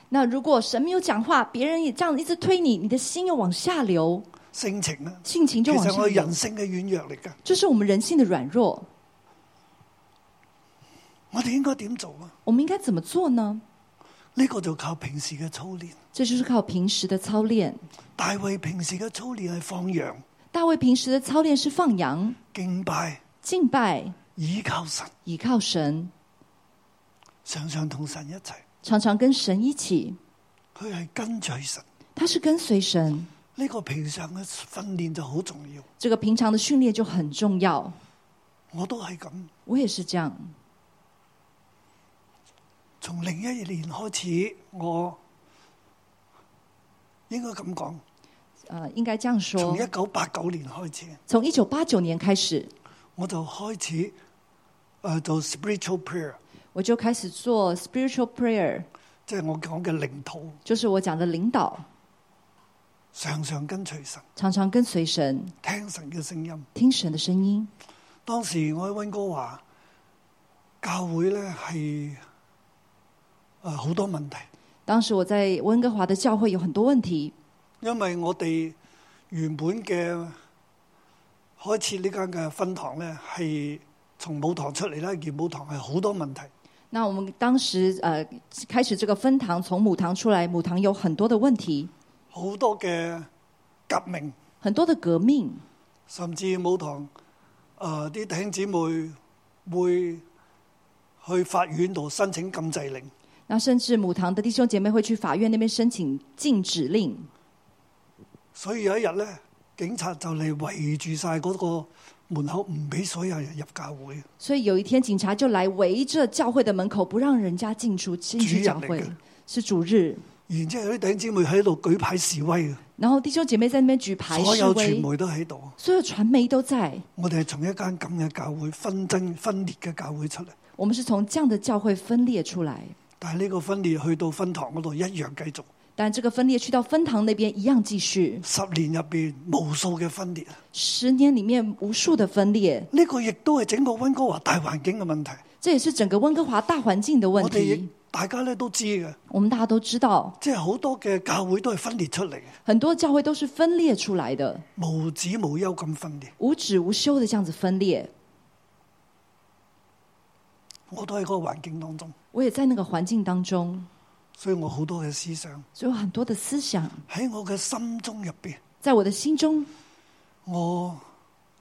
那如果神没有讲话，别人也这样一直推你，你的心又往下流，
性情啊，
性情
其
就往
實
下
我哋
流
人。性嘅軟弱嚟㗎。
这是我们人性的软弱。
我哋應該點做啊？
我们应该怎么做呢？
呢、個就靠平時嘅操練。
这就是靠平时的操練。
大衛平時嘅操練係放羊、
大卫平时的操練是放羊、
敬拜、
敬拜、
倚靠神，
倚靠神，
常常同神一齊。
常常跟神一起。
佢係跟隨神，
他是跟随神，
呢、個平常嘅訓練就好重要。
这个平常的训练就很重要。
我都係咁，
我也是这样。
從零一年開始，我應該咁講。
呃，应该这样说
從一。九八九年開始，
从一九八九年开始，
我就開始誒、呃做 spiritual prayer，
我就开始做 spiritual prayer，
即係我講嘅靈土，
就是我讲的领导，
常常跟隨神，
常常跟随神，
聽神嘅聲音。
听神的声音。
當時我喺温哥華教會咧係誒呃好多問題，
当时我在温哥华的教会有很多问题，
因為我哋原本嘅開設呢間嘅分堂咧係從母堂出嚟啦，而母堂係好多問題。
那我们当时呃开始这个分堂，从母堂出来，母堂有很多的问题，
好多嘅革命，
很多的革命，
甚至舞堂誒啲、弟兄姊妹會去法院度申請禁制令。
那甚至母堂的弟兄姐妹会去法院那边申请禁止令，
所以有一日咧，警察就嚟圍住晒嗰個門口，唔俾所有人入教會。
所以有一天警察就来围着教会的门口，不让人家进出进去教
主日
会
那个，
是主日。
然之後有啲弟兄姊妹喺度舉牌示威嘅，啊
然后弟兄姐妹在那边举牌
所
示
有傳
威，
媒都喺度。
所有传媒都在。
我哋係從一間咁嘅教會紛爭分裂嘅教會出嚟，
我们是从这样的教会分裂出来，
但係呢個分裂去到分堂嗰度一樣繼續。
但这个分裂去到分堂那邊一樣繼續。
十年入邊無數嘅分裂，呢、
十年里面無數的分裂，
個亦都係整個温哥華大環境嘅問題。
这也是整个温哥華大環境的問
我哋亦
題。
大家咧都知嘅，
我們大家都知道，
即係好多嘅教會都係分裂出嚟嘅，
很多教會都是分裂出來的，
無止無休咁分裂。
無止無休的這樣子分裂。
我都喺嗰個環境當中，
我也在那個環境當中，
所以我好多嘅思想
所以有很多的思想
喺我嘅心中入邊，
在我的心中，
我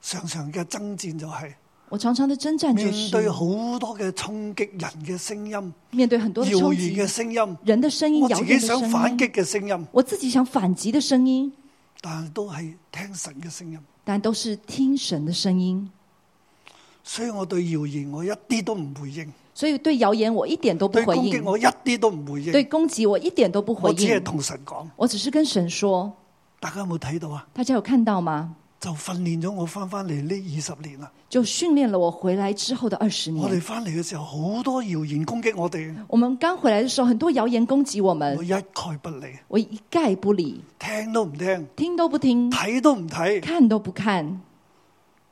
常常嘅爭戰就係、
我常常的征戰就
面對好
是
多嘅衝擊人嘅聲音、
面對很多的衝
謠言嘅
擊、
聲音，
人的聲音、
我自
謠言
己
的聲
想
音，
反擊嘅聲音，
我自己想反擊的聲音，
但係都係聽神嘅聲音。
但都是聽神的聲音。
所以我對謠言我一啲都唔回應，
所以對謠言我一點都不
對
回
攻
應
擊，我一啲都唔回
對
應，
攻擊我一點都不回
我只係
應。
同神講。
我只是跟神說，
大家有冇睇到啊？
大家有看到嗎？
就訓練咗我翻翻嚟呢二十年啦。
就訓練了我回來之後的二十
我哋
年。
翻嚟嘅時候，好多謠言攻擊我哋，
我們剛回來的時候，很多謠言攻擊我
我
們，
一概不理，
我一概不理，
聽都唔聽，
聽都不聽，
睇都唔睇，
看都不看，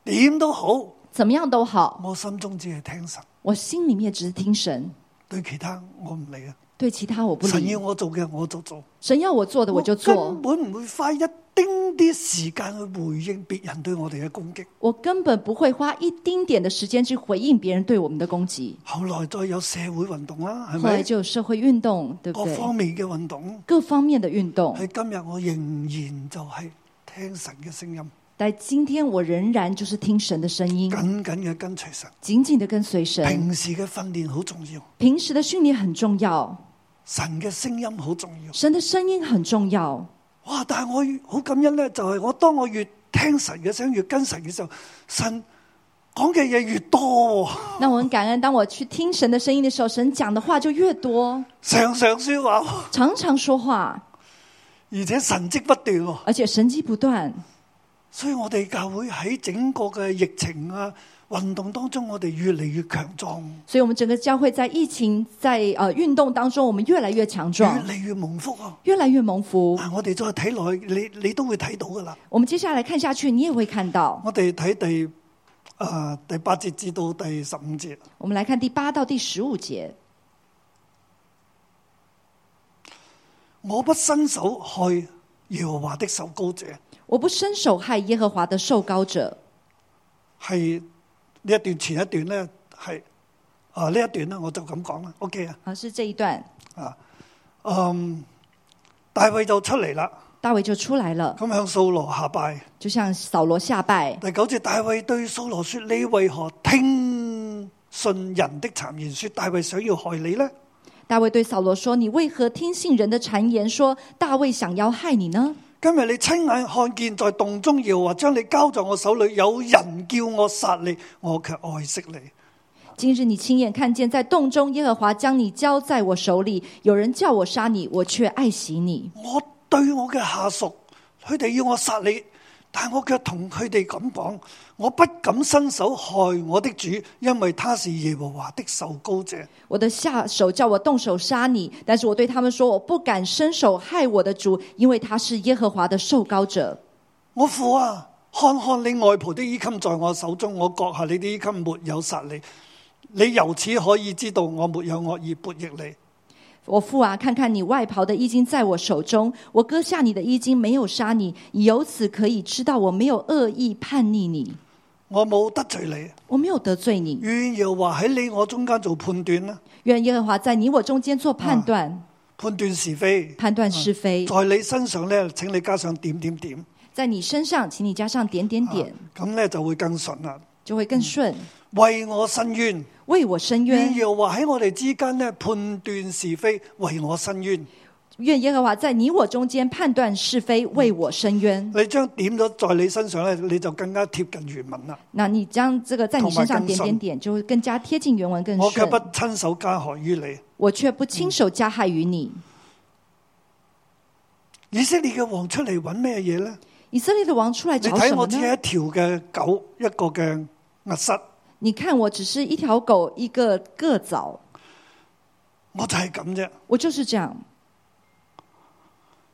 點都好，
怎麼樣都好，
我心中只係聽神，
我心裡面只是聽神，
對其他我唔理啊。
對其他我不
神
理
要。我做嘅我就做，
神要我做的我就做
根，本唔會花一丁啲時間去回應別人對我哋嘅攻擊。
我根本不會花一丁點的時間去回應別人對我們的攻擊。
後來再有社會運動啦，係
後來
咪？
就有社會運動，對不
各
對？
方面嘅運動，
各方面的運動。
喺今日我仍然就係聽神嘅聲音，
但今天我仍然就是聽神的聲音，
緊緊嘅跟隨神。
緊緊的跟隨神。
平時嘅訓練好重要，
平時的訓練很重要，
神嘅聲音好重要。
神的聲音很重要。
哇！但係我好感恩咧，就係、我當我越聽神嘅聲，越跟神嘅時候，神講嘅嘢越多喎，
那我很感恩，當我去聽神的聲音的時候，神講的話就越多，
常常説話喎，
常常說話，
而且神跡不斷喎。
而且神蹟不斷。
所以我哋教會喺整個嘅疫情啊運動當中，我哋越嚟越強壯，
所以，我們整個教會在疫情、在呃運動當中，我們越來越強
越
壯，
嚟越蒙福啊！
越來越蒙福。
嗱，我哋再睇落去，你你都會睇到噶啦。
我們接下來看下去，你也會看到。
我哋睇第啊、第八節至到第十五節，
我們來看第八到第十五節。
我不伸手害耶和華的受膏者，
我不伸手害耶和華的受膏者，
係呢一段前一段咧係啊呢一段咧我就咁講啦，OK 啊，
啊，是這一段。
嗯，大衛就出嚟啦，
大衛就出來了，
咁向掃羅下拜。
就向掃羅下拜。
第九節，大衛對掃羅說：你為何聽信人的谗言，說大衛想要害你呢？
大衛對掃羅說：“你為何聽信人的谗言，說大衛想要害你呢？
今日你親眼看見在洞中耶和華將你交在我手裏，有人叫我殺你，我卻愛惜你。
今日你親眼看見在洞中耶和華將你交在我手裡，有人叫我殺你，我卻愛惜你。
我對我嘅下屬，佢哋要我殺你，但我卻同佢哋咁講，我不敢伸手害我的主，因為他是耶和華的受膏者。
我的下手叫我動手殺你，但是我對他們說，我不敢伸手害我的主，因為他是耶和華的受膏者。
我父啊，看看你外袍的衣襟在我手中，我割下你的衣襟，沒有殺你。你由此可以知道我沒有惡意悖逆你。
我父啊，看看你外袍的衣襟在我手中，我割下你的衣襟，沒有殺你，由此可以知道我沒有惡意叛逆你。”
我冇得罪你，
我没有得罪你，
願耶和華喺你我中間做判斷啦，
愿耶和华在你我中间做判断，
判斷是非。
判断是非。
在你身上咧，請你加上點點點，
在你身上，請你加上點點點，
啊咁咧就會更順啦。
就會更順。
為我伸冤，
為我伸
願
冤，
嗯耶和華喺我哋之間咧判斷是非，為我伸冤。
愿耶和华在你我中間判斷是
嗯
非，為我伸冤。
你將點咗在你身上咧，你就更加貼近原文啦。
那你將這個在你身上
同埋更
點
順
點點，就會更加貼近原文，更
我卻不
順。
親手加害於你。嗯
我卻不親手加害於你。
以色列嘅王出嚟揾咩嘢呢？
以色列的王出来
你
找什
睇
么
我只係
呢？
一條嘅狗，一個嘅壓塞，
你看我只是一条狗，一个个枣，
我就係咁啫。
我就是这样。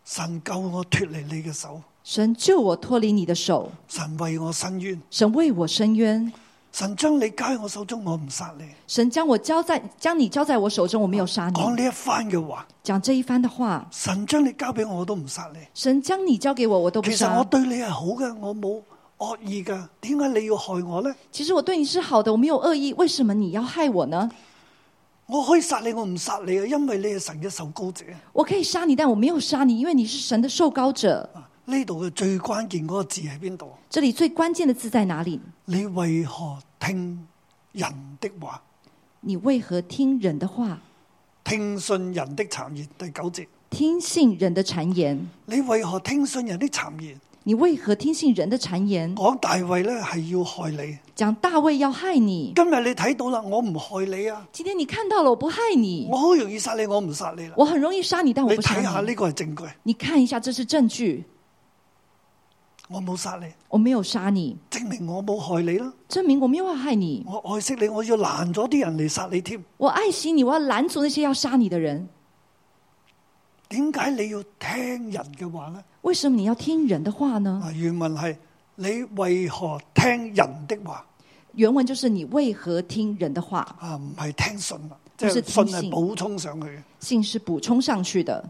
神救我脱離你嘅手，
神救我脱离你的手，
神為我伸冤，
神为我伸冤，
神將你交喺我手中，我唔殺你。
神将我交在将你交在我手中，我没有杀你。
講呢一番嘅話，
讲这一番的话，
神將你交俾我，我都唔殺你。
神将你交给我，我都不
其實我
杀。
對你係好嘅，我冇惡意噶。點解你要害我呢？
其实我对你是好的，我没有恶意，为什么你要害我呢？
我可以殺你，我唔殺你啊，因為你係神嘅受高者。
我可以杀你，但我没有杀你，因为你是神的受膏者。
啊呢度嘅最關鍵嗰個字喺邊度？
这里最关键的字在哪里？
你為何聽人的話？
你为何听人的话，
聽信人的谗言，第九節。
听信人的谗言？
你為何聽信人的谗言？
你为何听信人的谗言？
講大衛咧係要害你。
讲大卫要害你，
今日你睇到啦，我唔害你啊，
今天你看到了，我不害你
我，好容易殺你，我唔殺你啦。
我很容易杀你，但我啊
你
不杀
睇下呢
你。
個係證據，
你看一下，这是证据，
我冇殺你，
我没有杀你，
證明我冇害你啦。
证明我没有害你。
我愛惜你，我要攔咗啲人嚟殺你添。
我爱惜你，我要拦阻那些要杀你的人。
點解你要聽人嘅話呢？
为什么你要听人的话呢？
啊，原文係你為何聽人的話
原文就是你为何听人的话，
啊？唔係聽信啦，即
不是
係
聽
信
信
係補充上去嘅。
信是补充上去的。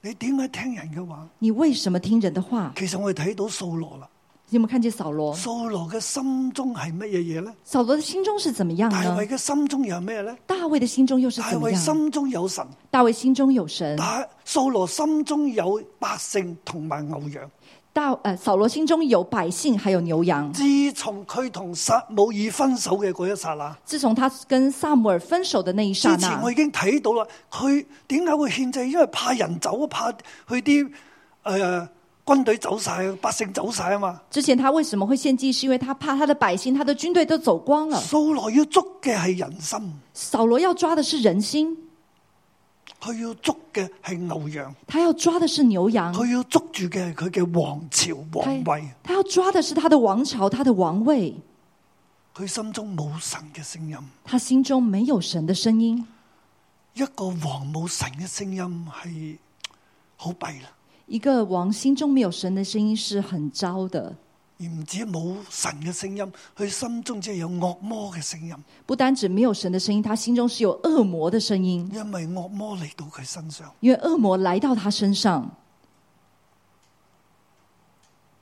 你點解聽人嘅話？
你为什么听人的话？
其實我哋睇到掃羅啦，
你有没有看见扫罗？
掃羅嘅心中係乜嘢嘢呢？
扫罗的心中是怎么样
大
呢
衛？嘅心中有咩呢？
大卫的心中嗯又是
大
怎么
衛
样？
心中有神，
大卫心中有神，
但掃羅心中有百姓同埋牛羊。
大呃扫罗心中有百姓，还有牛羊。
自從佢同撒姆耳分手嘅嗰一剎那，
自从他跟萨姆尔分手的那一刹
之前我
那
已，經睇到啦，佢點解會獻祭？因為怕人走，怕佢啲誒軍隊走晒，百姓走晒啊嘛。
之前他为什么会献祭？是因为他怕他的百姓、他的军队都走光了。
掃羅要捉嘅係人心，
扫罗要抓的是人心，
佢要捉嘅係牛羊，
他要抓的是牛羊，
佢要捉住嘅係佢嘅王朝王位。
他要抓的是他的王朝、他的王位。
佢心中冇神嘅聲音，
他心中没有神的声音。
一個王冇神嘅聲音係好弊啦。
一个王心中没有神的声音是很糟的，
而唔止冇神嘅聲音，佢心中只係有惡魔嘅聲音，
不单指没有神的声音，他心中是有恶魔的声音，
因為惡魔嚟到佢身上，
因为恶魔来到他身上，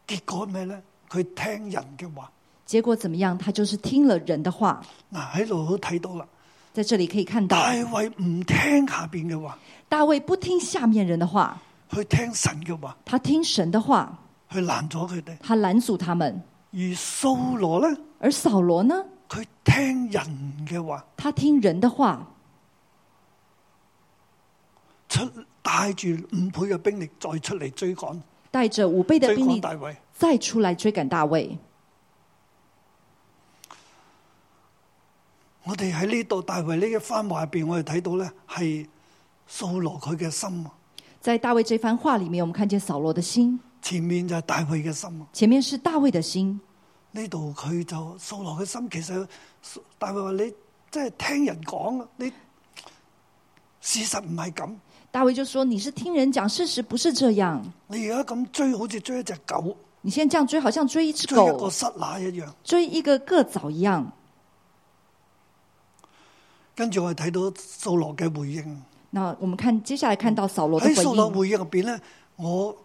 結果咩呢？佢聽人嘅話，
结果怎么样？他就是聽了人的话，
嗱喺度都睇到啦。
在这里可以看到
大，衛唔聽下邊嘅話，
大卫不听下面人的话，
去聽神嘅話，
他听神的话，
去攔咗佢哋。
他拦阻他们；
而掃羅呢，
而扫罗呢，
佢聽人嘅話，
他听人的话，
出帶住五倍嘅兵力再出嚟追趕，
带着五倍的
追
兵
趕
力
大衛。
再出来追赶大卫。
我哋喺呢度大衛呢一番話入邊，我哋睇到呢係掃羅佢嘅心，啊
在大卫这番话里面，我们看见扫罗的心，
前面就係大衛嘅心。啊
前面是大卫的心，
呢度佢就掃羅嘅心，其實大衛話你即係聽人講啊，你事實唔係咁，
大卫就说：“你是听人讲，事实不是这样。
你而家咁追好似追一隻狗，
你现在这样追，好像追一只
追一個
狗，啊
失乸一樣。
追一个个枣一样。
跟住我哋睇到掃羅嘅回應，”
那我们看接下来看到哎扫罗的
喺
回
掃羅
应，
回應入邊咧，我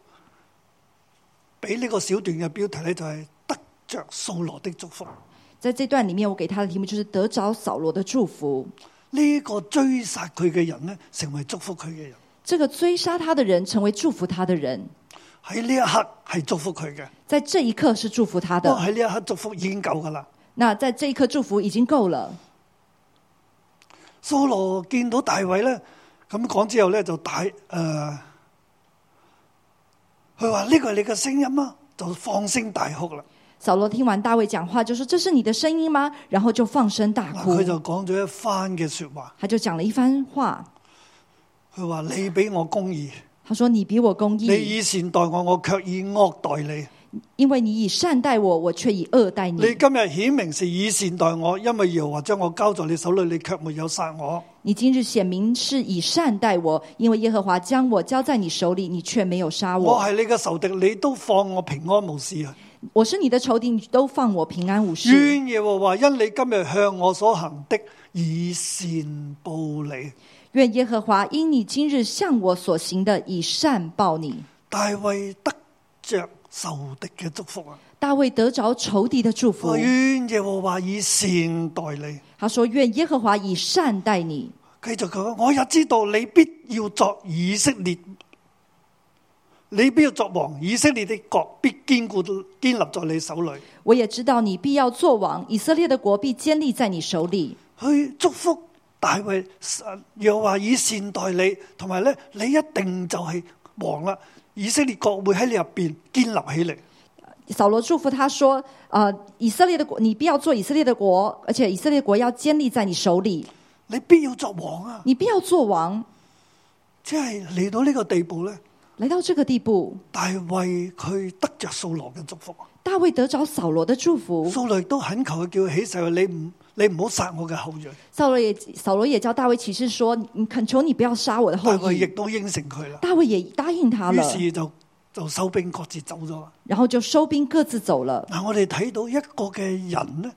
俾呢個小段嘅標題咧就係、得着掃羅的祝福。
在这段里面，我给他的题目就是得着扫罗的祝福。
呢、個追殺佢嘅人咧，成為祝福佢嘅人。
这个追杀他的人成为祝福他的人，
喺呢一刻係祝福佢嘅，
在这一刻是祝福他
不過
的。
喺呢一刻祝福已經夠噶啦。
那在这一刻祝福已经够了。
掃羅見到大衛咧，咁講之後咧就大誒，呃佢話呢個係你嘅聲音啊，就放聲大哭啦。
扫罗听完大卫讲话，就说：“这是你的声音吗？”然后就放声大
嗱，
哭
佢。就講咗一番嘅説話，
他就讲了一番话，
佢話你俾我公義，
他说：“你比我公
你
义，
以善待我，我卻以惡待你。
因为你以善待我，我却以恶待你。
你今日顯明是以善待我，因為耶和華將我交在你手裏，你卻沒有殺我。
你今日显明是以善待我，因为耶和华将我交在你手里，你却没有杀
我
啊我。
係你嘅仇敵，你都放我平安無事啊！
我是你的仇敌，你都放我平安无事。
願耶和華因你今日向我所行的以善報你。
愿耶和华因你今日向我所行的以善报你。”
大衛得着仇敵嘅祝福啊！
大卫得着仇敌的祝福
我，願耶和華以善待你。
他说：“愿耶和华以善待你。
繼續佢話：我也知道你必要作以色列，你必要作王，以色列的國必堅固堅立在你手裏。
我也知道你必要做王，以色列的国必坚立在你手里。
去祝福大衛，又話以善待你，同埋咧，你一定就係王啦。以色列國會喺你入邊建立起嚟。
扫罗祝福他说：“呃，以色列的国，你必要做以色列的国，而且以色列国要坚立在你手里。
你必要作王啊！
你必要做王。
即係嚟到呢個地步咧，”
来到这个地步，
大衛佢得着掃羅嘅祝福。
大卫得着扫罗的祝福。
掃羅亦都懇求佢叫佢起誓，你唔你唔好殺我嘅後裔。
扫罗也扫罗也叫大卫起誓说：“你恳求你不要杀我的
大
后
衛亦
裔。
都應承佢”啦，
大卫也答应他
於
了，
是就就收兵各自走咗啦。
然后就收兵各自走了。
嗱，我哋睇到一個嘅人咧，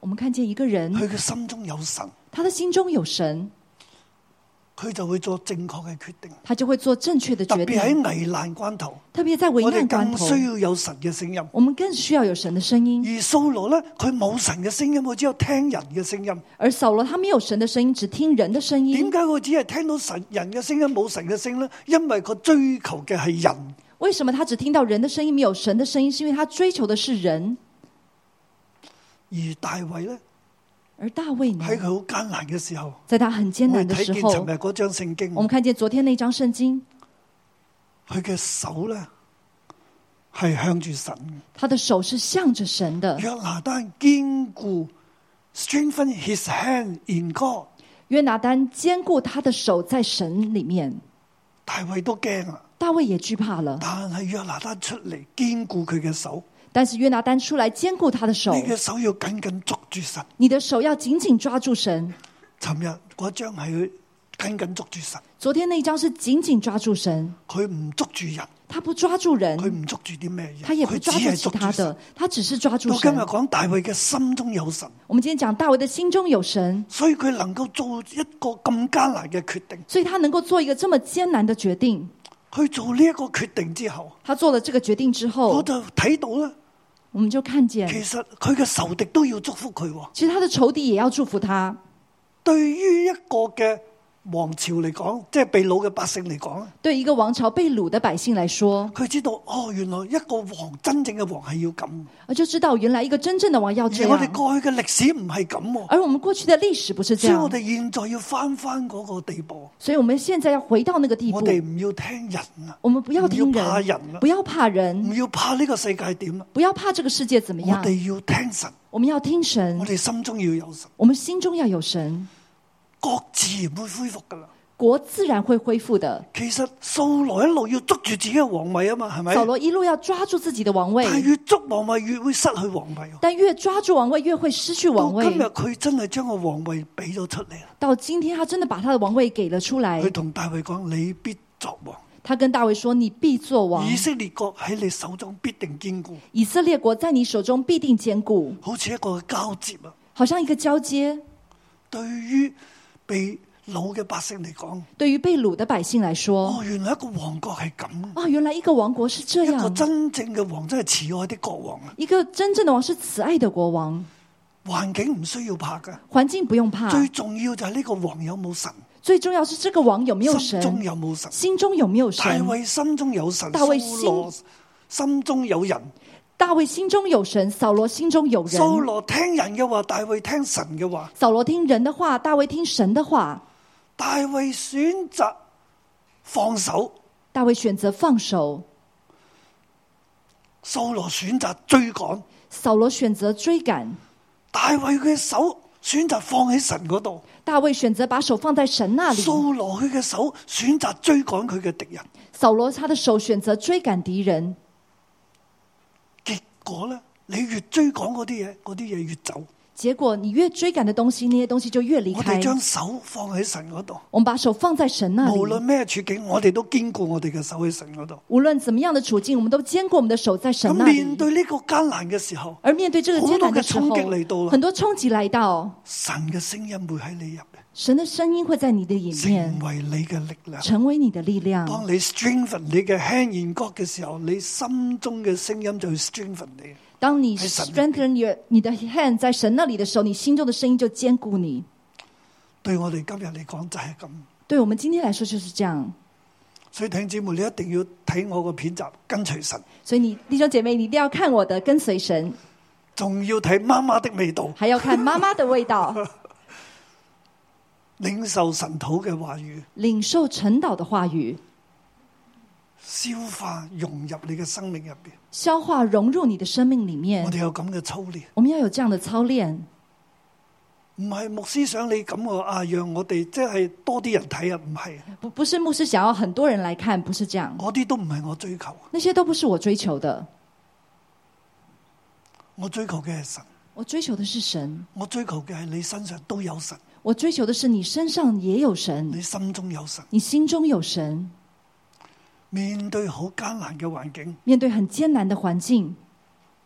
我们看见一个人，
佢嘅心中有神，
他的心中有神，
佢就會做正確嘅決定。
他就会做正确的
特
决
別
定。
喺危難關頭，
特别在危
我
难
哋
关
更
头，
需要有神嘅聲音。
我们更需要有神的声音。
而掃羅呢，佢冇神嘅聲音，佢只有聽人嘅聲音。
而扫罗他没有神的声音，只听人的声
點
音。
解佢只係聽到神人嘅聲音，冇神嘅聲音呢？因為佢追求嘅係人。
为什么他只听到人的声音，没有神的声音？是因为他追求的是人。
而大衛呢，
而大卫呢，
喺佢好艱難嘅時候，
在他很艰
我
难
哋
的
睇
时
見
候，
尋日嗰張聖經，
我们看见昨天那张圣经，
佢嘅手呢係向住神嘅。
他的手是向着神的。
約拿單堅固，strengthen his hand in God。
约拿丹坚固他的手在神里面，
大衛都驚啊！
大卫也惧怕了。
但係約拿單出嚟堅固佢嘅手。
但是约拿丹出来坚固他的手
你，嘅手要緊緊捉住神。
你的手要紧紧抓住神。
尋日嗰張係佢緊緊捉住神，
昨天那一张是紧紧抓住神，
佢唔捉住人，
他不抓住人，
佢唔捉住啲咩嘢，
他也
佢
不
只
抓住
係
其
捉
他
住神
的。，他只是抓住
到今
神
日。講大衛嘅心中有神，
我们今天讲大卫的心中有神，
所以佢能夠做一個咁艱難嘅決定。
所以他能够做一个这么艰难的决定。
去做呢一個決定之後，
他做了这个决定之
我
后，
就睇到咧，
我们就看见，
其實佢嘅仇敵都要祝福佢喎。
其实他的仇敌也要祝福他。
對於一個嘅王朝嚟講，即係被掳嘅百姓嚟講，
对一个王朝被掳的百姓来说，
佢知道哦，原來一個王真正嘅王係要咁，
我就知道原来一个真正的王要这
而我哋
样，
過去嘅歷史唔係咁喎。
而我们过去的历史不是这
所以我
样，
哋現在要翻翻嗰個地步，
所以我们现在要回到那个地步
我，哋唔要聽人啊，
我们不要听
唔要怕人
人
了，
不要怕
唔
人，
要怕呢個世界點啊！
不要怕这个世界怎么
我
样，嗯
哋要聽神，
我们要听神
我，哋心中要有神，
我们心中要有神，
國自然會恢復噶啦。
国自然会恢复的。
其實掃羅一路要捉住自己嘅皇位啊嘛，係咪？
扫罗一路要抓住自己的王位
但，係越捉皇位越會失去皇位喎。
但越抓住王位，越会失去王
到今日
位。
佢真係將個皇位俾咗出嚟啦，
到今天，他真的把他的王位给了出来
佢。同大衛講：你必作王，
他跟大卫说：“你必做王，
以色列國喺你手中必定堅固，
以色列国在你手中必定坚固。
好似一個交接啊。”
好像一个交接，
對於被老嘅百姓嚟講。
对于被掳的百姓来说
哦，原來一個王國係咁，：“
啊，原来一个王国是这
一個
样，
真正嘅王真係慈愛的國王啊！
一个真正的王是慈爱的国王，
環境唔需要怕噶，
环境不用怕，
最重要就係呢個王有冇神，
最重要是这个王有没有
心中
神，
有冇神。
心中有没有
大
神。
衛心中有神，
大衛
掃羅心中有人。
大卫心中有神，扫罗心中有人。
掃羅聽人嘅話，大衛聽神嘅話。
扫罗听人的话，大卫听神的话。
大衛選擇放手，
大卫选择放手，
掃羅選擇追趕。
扫罗选择追赶。
大衛嘅手選擇放喺神嗰度。
大卫选择把手放在神那里，
掃羅佢嘅手選擇追趕佢嘅敵人，
扫罗他的手选择追赶敌人，
結果呢，你越追趕嗰啲嘢，嗰啲嘢越走。
结果你越追赶的东西，那些东西就越离
我
开
哋。將手放喺神嗰度，
我们把手放在神那
無論
里，
咩處境，我哋都堅固我哋嘅手喺神嗰度。
无论怎么样的处境，我们都坚固我们的手在
咁
神那啊
面
里。
對呢個艱難嘅時候，
而面对这个艰难的时
好
候
多嘅冲击嚟到啦，
很多冲击来到，
神嘅聲音會喺你入嚟，
神的声音会在你的里
成
面，
為你嘅力量。
成为你的力量。
當你 strengthen 你嘅 hand in God 嘅時候，你心中嘅聲音就會 strengthen 你。
当你
在神那
strengthen your 你的 hand 在神那里的时候，你心中的声音就坚固你。
對我哋今日嚟講就係咁。
对我们今天来说就是这样。
所以弟兄姊妹，你一定要睇我個片集，跟隨神，
所以你弟兄姐妹，你一定要看我的，跟随神，
仲要睇媽媽的味道，
还要看妈妈的味道，
領受神土嘅話語，
领受陈导的话语，
消化融入你嘅生命入邊。
消化融入你的生命里面
我。哋有咁嘅操練，
我们要有这样的操练，
唔係牧師想你咁喎啊，讓我哋即係多啲人睇啊，唔係，
不不是牧师想要很多人来看，不是这样，
嗰啲都唔係我追求，
那些都不是我追求的。
我追求嘅係神，
我追求的是神，
我追求嘅係你身上都有神，
我追求的是你身上也有神，
你心中有神。
你心中有神。
面對好艱難嘅環境，
面对很艰难的环境，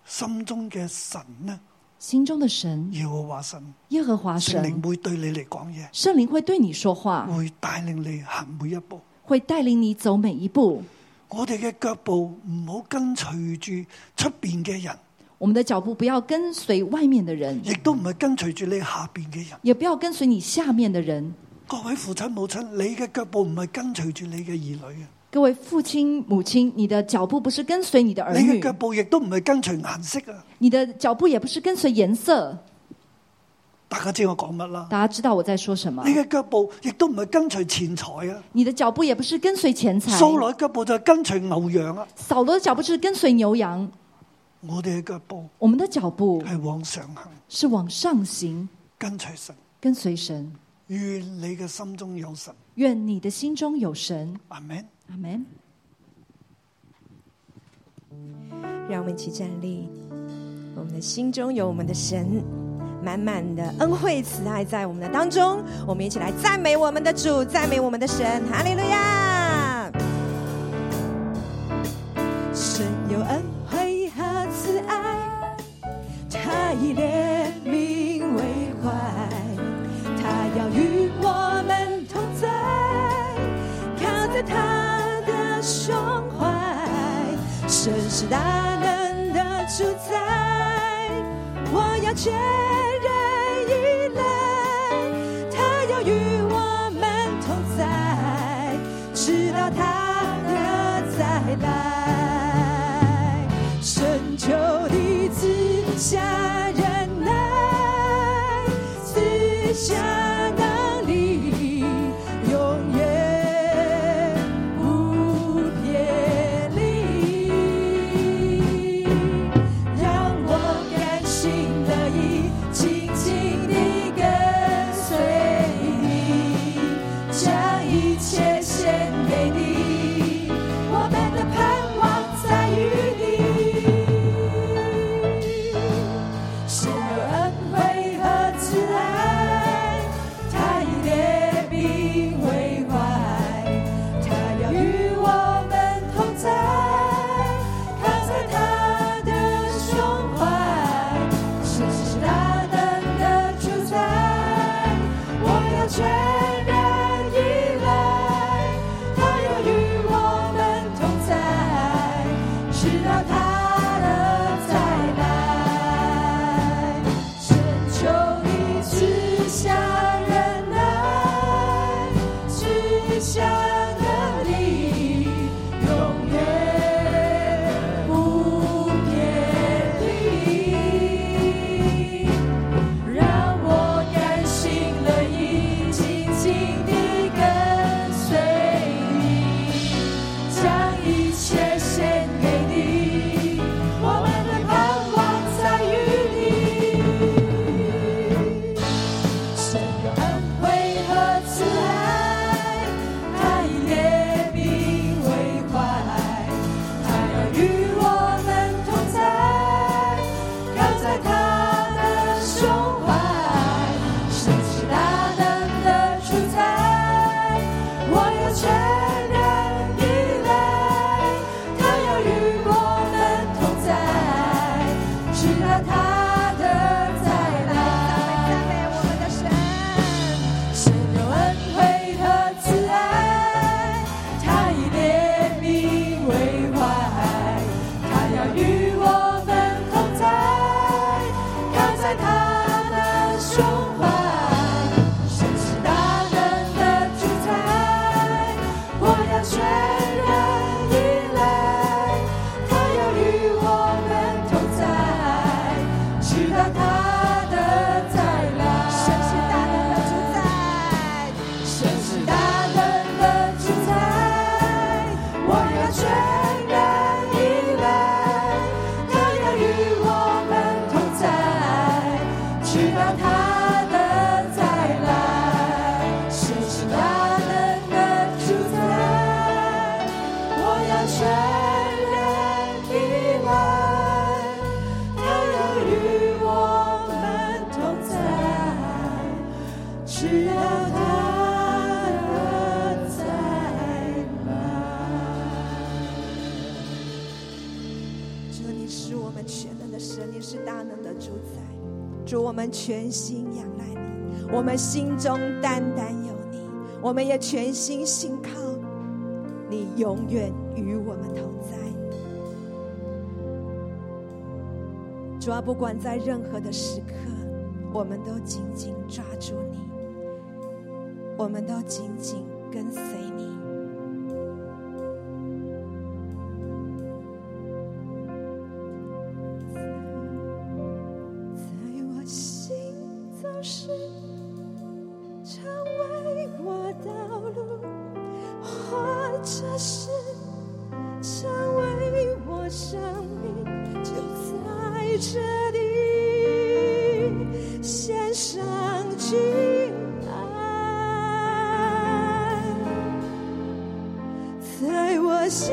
心中嘅神呢，
心中的神
耶和華神，
耶和华
聖靈
神，
會對你嚟講
圣灵会对你说话
嘢，，會帶領你行每一步。
会带领你走每一步。
我哋嘅腳步唔好跟隨住出边嘅人，
我们的脚步不要跟随外面的人，
亦都唔係跟隨住你下边嘅人。
也不要跟随你下面的人。
各位父親母親，你嘅腳步唔係跟隨住你嘅兒女啊，
各位父亲、母亲，你的脚步不是跟随你的儿
你嘅
女
腳，步亦都唔係跟隨顏色啊。
你的脚步也不是跟随颜色。
大家知我講乜啦？
大家知道我在说什么
你？嘅腳步亦都唔係跟隨錢財啊。
你的脚步也不是跟随钱财，
掃羅嘅腳步就係跟隨牛羊啊。
扫罗的脚步是跟随牛羊。
我哋嘅腳步
我们的脚步
係往上行，
是往上行，
跟隨神。
跟随神。
願你嘅心中有神，
愿你的心中有神。
阿門。
阿门。
让我们一起站立，我们的心中有我们的神，满满的恩惠慈爱在我们的当中。我们一起来赞美我们的主，赞美我们的神，哈利路亚！神有恩惠和慈爱，他以怜悯为怀，他要与我们同在，靠在他的胸怀，神是大能的主宰，我要全然依赖，他要与我们同在，直到他的再来，深求你赐下忍耐，赐下能力，永远不偏离。让我甘心乐意，紧紧地跟随你，将一切献给你。我们的盼望在于你，神有恩惠和慈爱，只要他人在吗？主，你是我们全能的神，你是大能的主宰。主，我们全心仰赖你，我们心中单单有你，我们也全心信靠你，永远与我们同在。主啊，不管在任何的时刻，我们都紧紧抓住你，我们都紧紧跟随你。在我行走时，常为我道路，或者是常为我生命，就在这里献上敬拜。在我行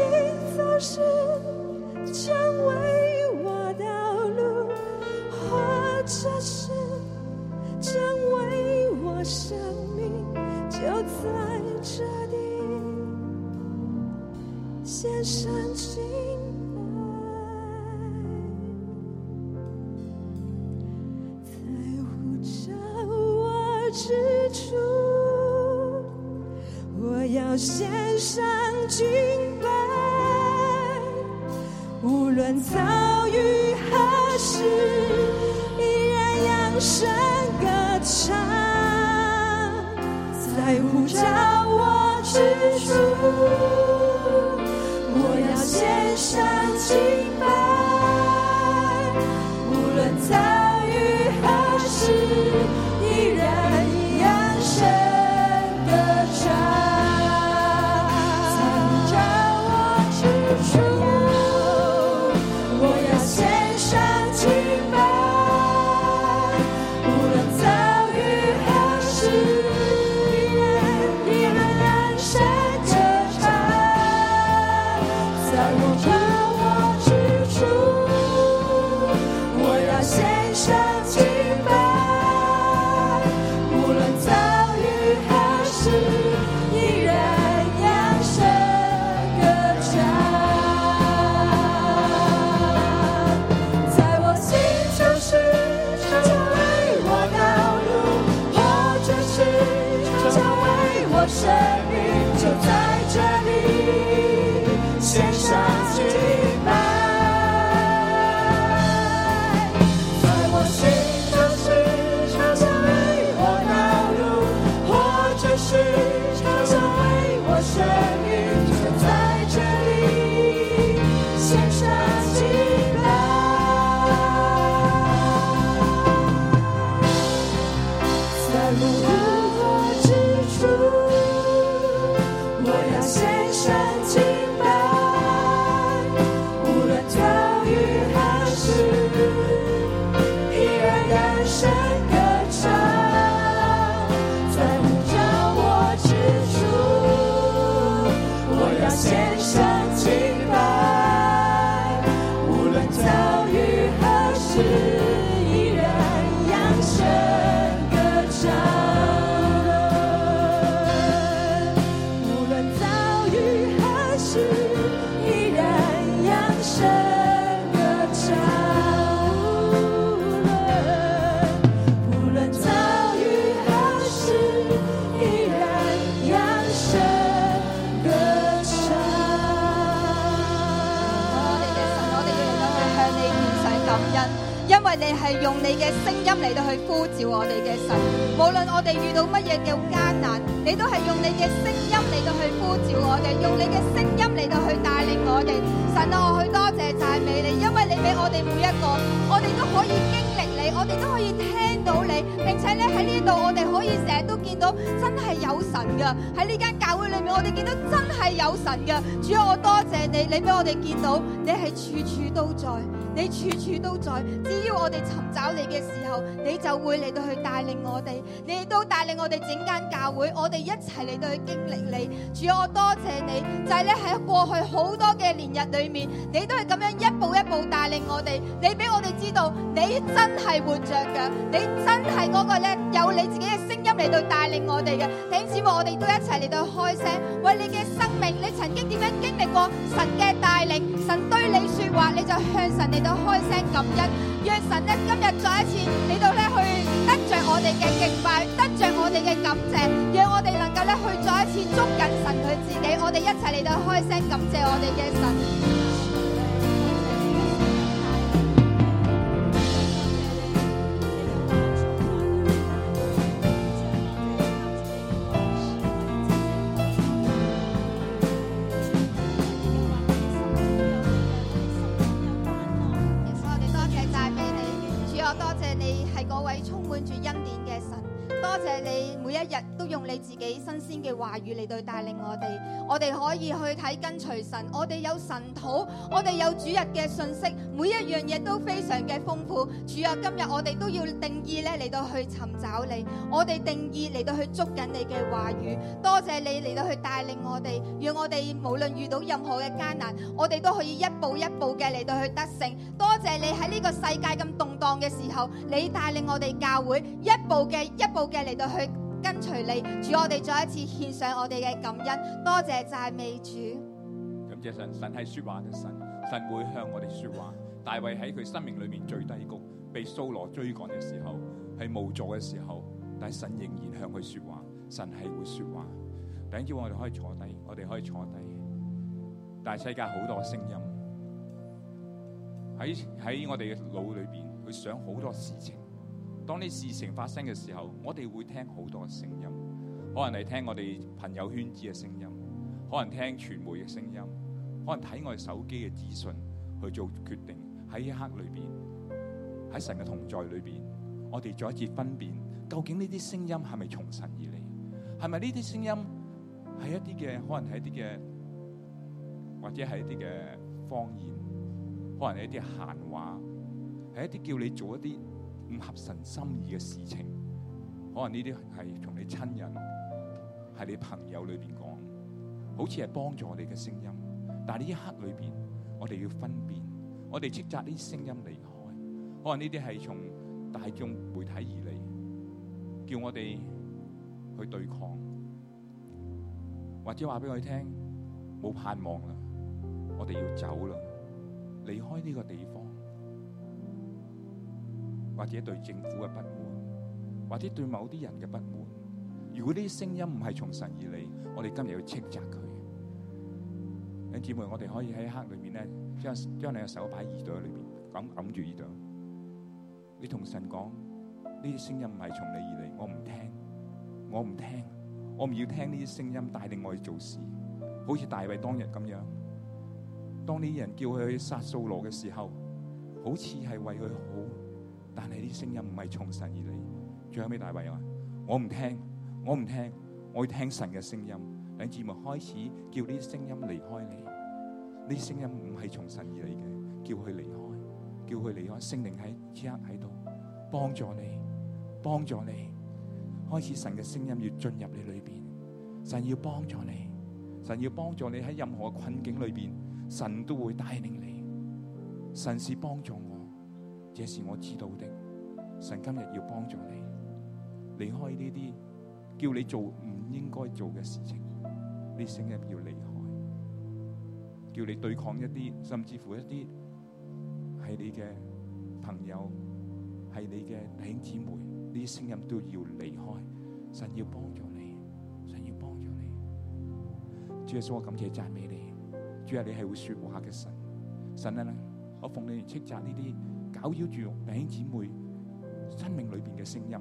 走时，成为我道路，或者是成为我生命，就在这里献上敬拜，在呼召我之处。我要献上敬拜，无论遭遇何时，依然扬声歌唱。在呼召我之处，我要献上敬拜，无论遭遇何时，依然扬声。歌唱，藏着我之处，我要献上敬拜，无论遭遇何时，依然燃烧着唱，在我着我之处，我要献上敬拜。无论遭遇何时，依然扬声歌唱。在我心中是成为我道路，或者是成为我生命，就在这里献上敬拜。在我心中是成为我道路，或者是成为我生命，就在这里献上敬拜。在路我之处，我要献上敬拜，无论遭遇何时。依然扬声歌唱，在呼召我之处，我要献上敬拜。无论遭遇何时，依然扬声歌唱。无论遭遇何时，依然扬声歌唱。无论遭遇何时，依然扬声歌唱。
我哋嘅神，我哋要嚟到去向你献上感恩，因為你係用你嘅聲音嚟到去呼召我哋嘅神。無論我哋遇到乜嘢嘅艱難，你都係用你嘅聲音嚟到去呼召我哋，用你嘅聲音嚟到去帶領我哋。神啊，我去多謝讚美你，因為你俾我哋每一個，我哋都可以經歷你，我哋都可以聽到你，並且咧喺呢度，我哋可以成日都見到真係有神嘅喺呢間教會裏面，我哋見到真係有神嘅。主啊，我多謝你，你俾我哋見到你係處處都在，你處處都在。只要我哋尋找你嘅時候，你就會嚟到去帶領我哋，你亦都帶領我哋整間教會，我哋一齊嚟到去經歷你。主啊，我多謝你，就係咧喺過去好多嘅年日裏面，你都係咁樣一步一步帶領我哋，你俾我哋知道你真係活着嘅，你真係嗰個咧有你自己嘅聲音嚟到帶領我哋嘅。弟兄姊妹，我哋都一齊嚟到開聲，為你嘅生命，你曾經點樣經歷過神嘅帶領，神對你說話，你就向神嚟到開聲感恩，讓神咧今日再一次嚟到咧去得着我哋嘅敬拜，得着我哋嘅感謝，讓我哋能夠咧去再一次捉緊神佢自己，我哋一齊嚟到開聲感謝我哋嘅神。我哋多謝赞美你，主我多謝你係嗰位充滿住恩典嘅神，多謝你每一日都用你自己新鮮嘅話語嚟到帶領我哋，我哋可以去睇跟隨神，我哋有神土，我哋有主日嘅信息，每一樣嘢都非常嘅豐富。主啊，今日我哋都要定義咧嚟到去尋找你，我哋定義嚟到去捉緊你嘅話語，多謝你嚟到去帶領我哋，讓我哋無論遇到任何嘅艱難，我哋都可以一步一步嘅嚟到去得勝。多謝你喺呢個世界咁動盪嘅時候，你帶領我哋教會一步嘅一步嘅嚟到去跟隨你。主，我哋再一次獻上我哋嘅感恩，多謝讚美主。
感謝神，神係說話嘅神，神會向我哋說話。大衛喺佢生命裏面最低谷，被掃羅追趕嘅時候，係無助嘅時候，但係神仍然向佢說話，神係會說話。頂住我哋可以坐低，我哋可以坐低。但係世界好多聲音喺喺我哋嘅腦裏邊，佢想好多事情。當呢事情發生嘅時候，我哋會聽好多聲音，可能係聽我哋朋友圈子嘅聲音。可能聽傳媒嘅聲音，可能睇我哋手機嘅資訊去做決定。喺一刻裏邊，喺神嘅同在裏邊，我哋再一次分辨究竟呢啲聲音係咪從神而嚟？係咪呢啲聲音係一啲嘅，可能係一啲嘅，或者係一啲嘅方言，可能係一啲閒話，係一啲叫你做一啲唔合神心意嘅事情。可能呢啲係從你親人，係你朋友裏邊講。好似係幫助我哋嘅聲音，但係呢一刻裏邊，我哋要分辨，我哋斥責呢啲聲音離開，可能呢啲係從大眾媒體而嚟，叫我哋去對抗，或者話俾我哋聽冇盼望啦，我哋要走啦，離開呢個地方，或者對政府嘅不滿，或者對某啲人嘅不滿。如果呢啲聲音唔係從神而嚟，我哋今日要斥責佢。弟兄姊妹，我哋可以喺黑裏面咧，將將你嘅手擺耳朵裏面，咁揞住耳朵。你同神講：呢啲聲音唔係從你而嚟，我唔聽，我唔聽，我唔要聽呢啲聲音帶領我去做事。好似大衛當日咁樣，當呢啲人叫佢去殺掃羅嘅時候，好似係為佢好，但係呢啲聲音唔係從神而嚟。最後尾大衛話：我唔聽。我唔聽，我要聽神嘅聲音。兩姊妹開始叫呢啲聲音離開你，呢啲聲音唔係從神而嚟嘅，叫佢離開，叫佢離開。聖靈喺此刻喺度幫助你，幫助你。開始神嘅聲音要進入你裏邊，神要幫助你，神要幫助你喺任何困境裏邊，神都會帶領你。神是幫助我，這是我知道的。神今日要幫助你，離開呢啲。叫你做唔應該做嘅事情，呢聲音要離開，叫你對抗一啲，甚至乎一啲係你嘅朋友，係你嘅弟兄姊妹，呢啲聲音都要離開。神要幫助你，神要幫助你。主耶穌，我感謝讚美你，主啊，你係會說話嘅神，神啊，我奉你嚟斥責呢啲攪擾住弟兄姊妹生命裏邊嘅聲音。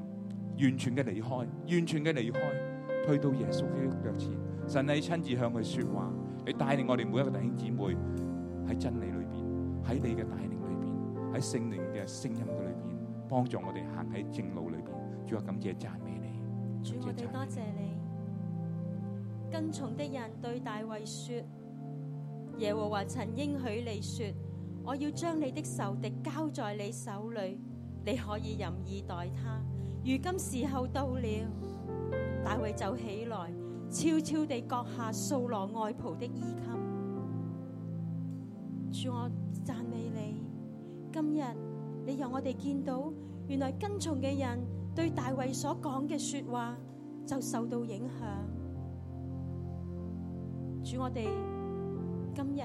完全嘅離開，完全嘅離開，去到耶穌基督腳前，神你親自向佢說話，你帶領我哋每一個弟兄姊妹喺真理裏邊，喺你嘅帶領裏邊，喺聖靈嘅聲音嘅裏邊，幫助我哋行喺正路裏邊。主啊，感謝讚美你，
主，我哋多謝你。跟從的人對大衛說：耶和華曾應許你說，我要將你的仇敵交在你手裏，你可以任意待他。如今時候到了，大衛就起來，悄悄地割下掃羅外袍的衣襟。主，我讚美你，今日你讓我哋見到，原來跟從嘅人對大衛所講嘅说話就受到影響。主，我哋今日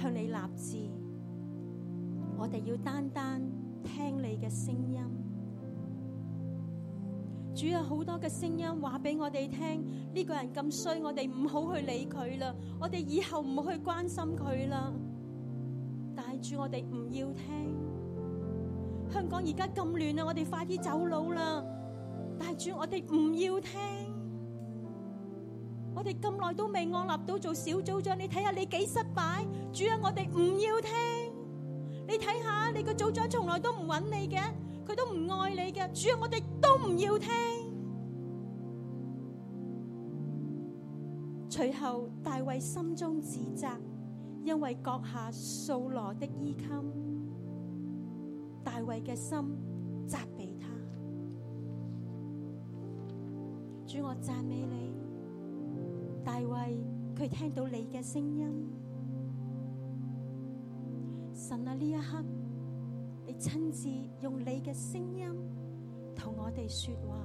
向你立志，我哋要單單聽你嘅聲音。主有好多嘅聲音話俾我哋聽，呢、個人咁衰，我哋唔好去理佢啦，我哋以後唔去關心佢啦。但係主，我哋唔要聽。香港而家咁亂啊，我哋快啲走佬啦！但係主，我哋唔要聽。我哋咁耐都未按立到做小組長，你睇下你幾失敗。主啊，我哋唔要聽。你睇下你個組長從來都唔揾你嘅，佢都唔愛你嘅。主啊，我哋都唔要聽。隨後大衛心中自責，因為割下掃羅的衣襟。大衛嘅心責備他。主，我讚美你，大衛佢聽到你嘅聲音。神啊，呢一刻你親自用你嘅聲音同我哋說話。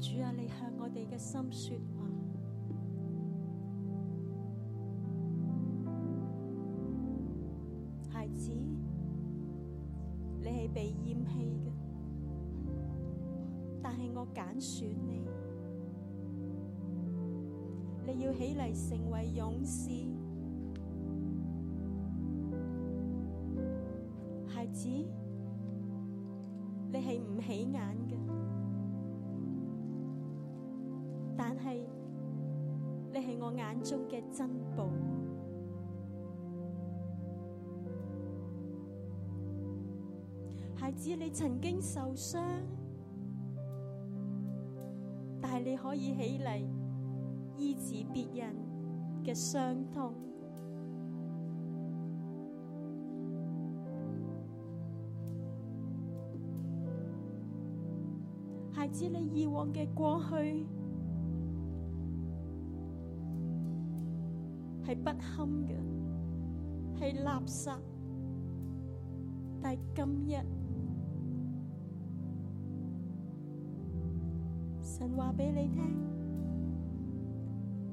主啊，你向我哋嘅心说话。孩子，你係被厭棄嘅，但係我揀選你。你要起嚟成為勇士。孩子，你係唔起眼嘅。但系你系我眼中嘅珍寶。孩子，你曾經受傷，但系你可以起嚟醫治別人嘅傷痛。孩子，你以往嘅過去。係不堪嘅，係垃圾。但係今日，神話俾你聽，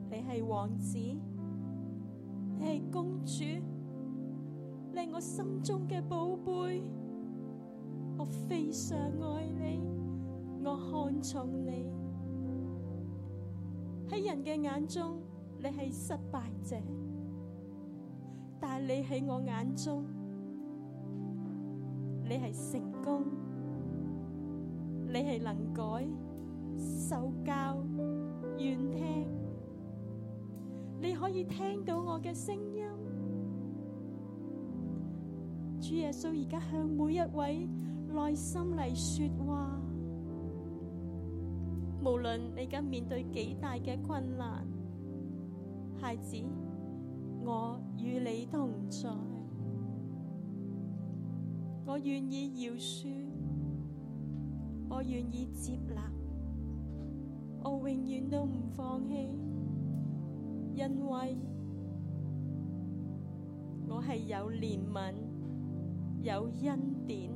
你係王子，你係公主，你係我心中嘅寶貝，我非常愛你，我看重你。喺人嘅眼中，你係失敗者，但係你喺我眼中，你係成功，你係能改、受教、願聽，你可以聽到我嘅聲音。主耶穌而家向每一位內心嚟說話，無論你而家面對幾大嘅困難。孩子，我與你同在，我願意饒恕，我願意接納，我永遠都唔放棄，因為我係有憐憫，有恩典，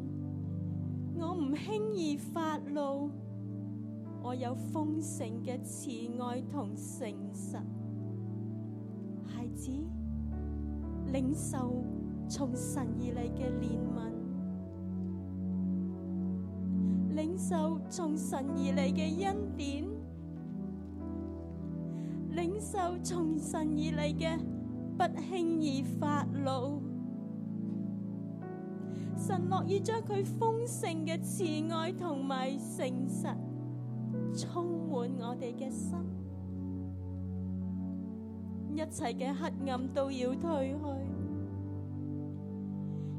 我唔輕易發怒，我有豐盛嘅慈愛同誠實。孩子領受從神而嚟嘅憐憫，領受從神而嚟嘅恩典，領受從神而嚟嘅不輕易發怒。神樂意將佢豐盛嘅慈愛同埋誠實充滿我哋嘅心。一切嘅黑暗都要退去，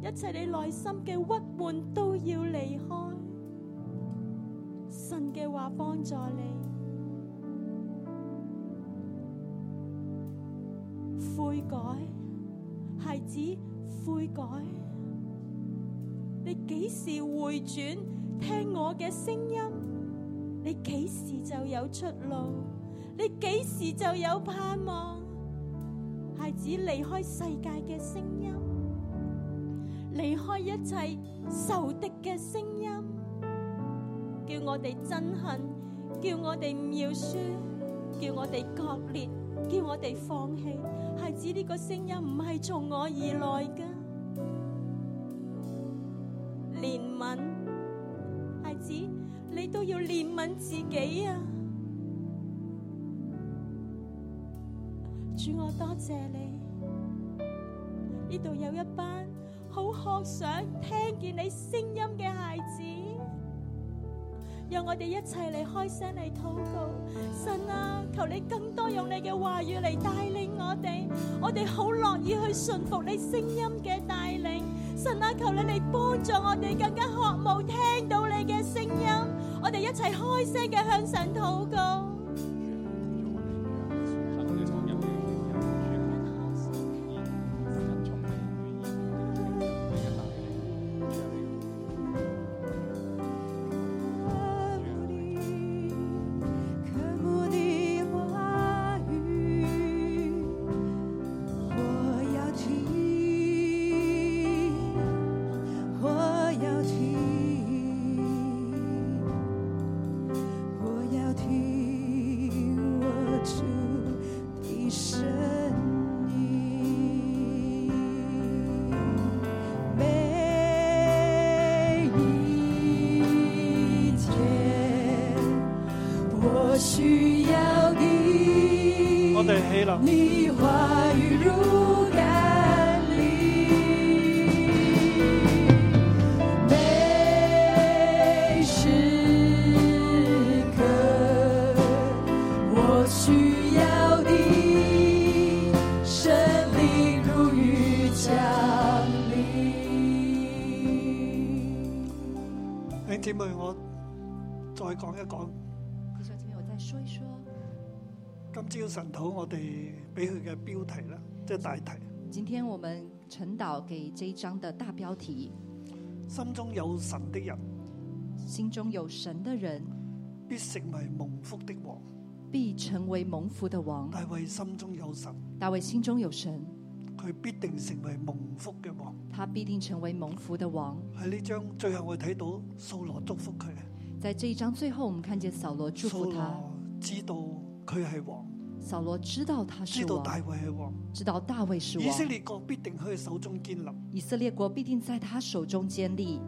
一切你内心嘅郁闷都要离开。神嘅话帮助你悔改，孩子悔改。你几时回转听我嘅声音？你几时就有出路？你几时就有盼望？孩子离开世界嘅声音，离开一切仇敌嘅声音，叫我哋憎恨，叫我哋唔要输，叫我哋割裂，叫我哋放弃。孩子呢个声音唔系从我而来噶，怜悯，孩子你都要怜悯自己啊！主，我多谢你，呢度有一班好渴想听见你声音嘅孩子，让我哋一齐嚟开声嚟祷告。神啊，求你更多用你嘅话语嚟带领我哋，我哋好乐意去顺服你声音嘅带领。神啊，求你嚟帮助我哋更加渴慕听到你嘅声音，我哋一齐开声嘅向神祷告。
刻薄的话语，我要听，我要听，我要听我主的声音。每一天。我需要你，
我哋起立。
你话语如甘霖，每时刻我需要你，神灵如雨降临。
弟兄姊妹，我再講一講，
弟兄姐妹，我再说一说，
今朝神土我哋俾佢嘅標題啦，即係大題。
今天我们晨导给这一章的大标题：
心中有神的人，
心中有神的人
必成為蒙福的王。
必成为蒙福的王。
大衛心中有神，
大卫心中有神，
佢必定成為蒙福嘅王。
他必定成为蒙福的王。
喺呢章最後我哋睇到掃羅祝福佢，
在这一章最后，我们看见扫罗祝
掃
福他。
羅知道佢係王，
扫罗知道他
知
是
道
王，
大衛係王，
知道大卫是王
以，色列國必定喺佢手中建立。
以色列国必定在他手中建立。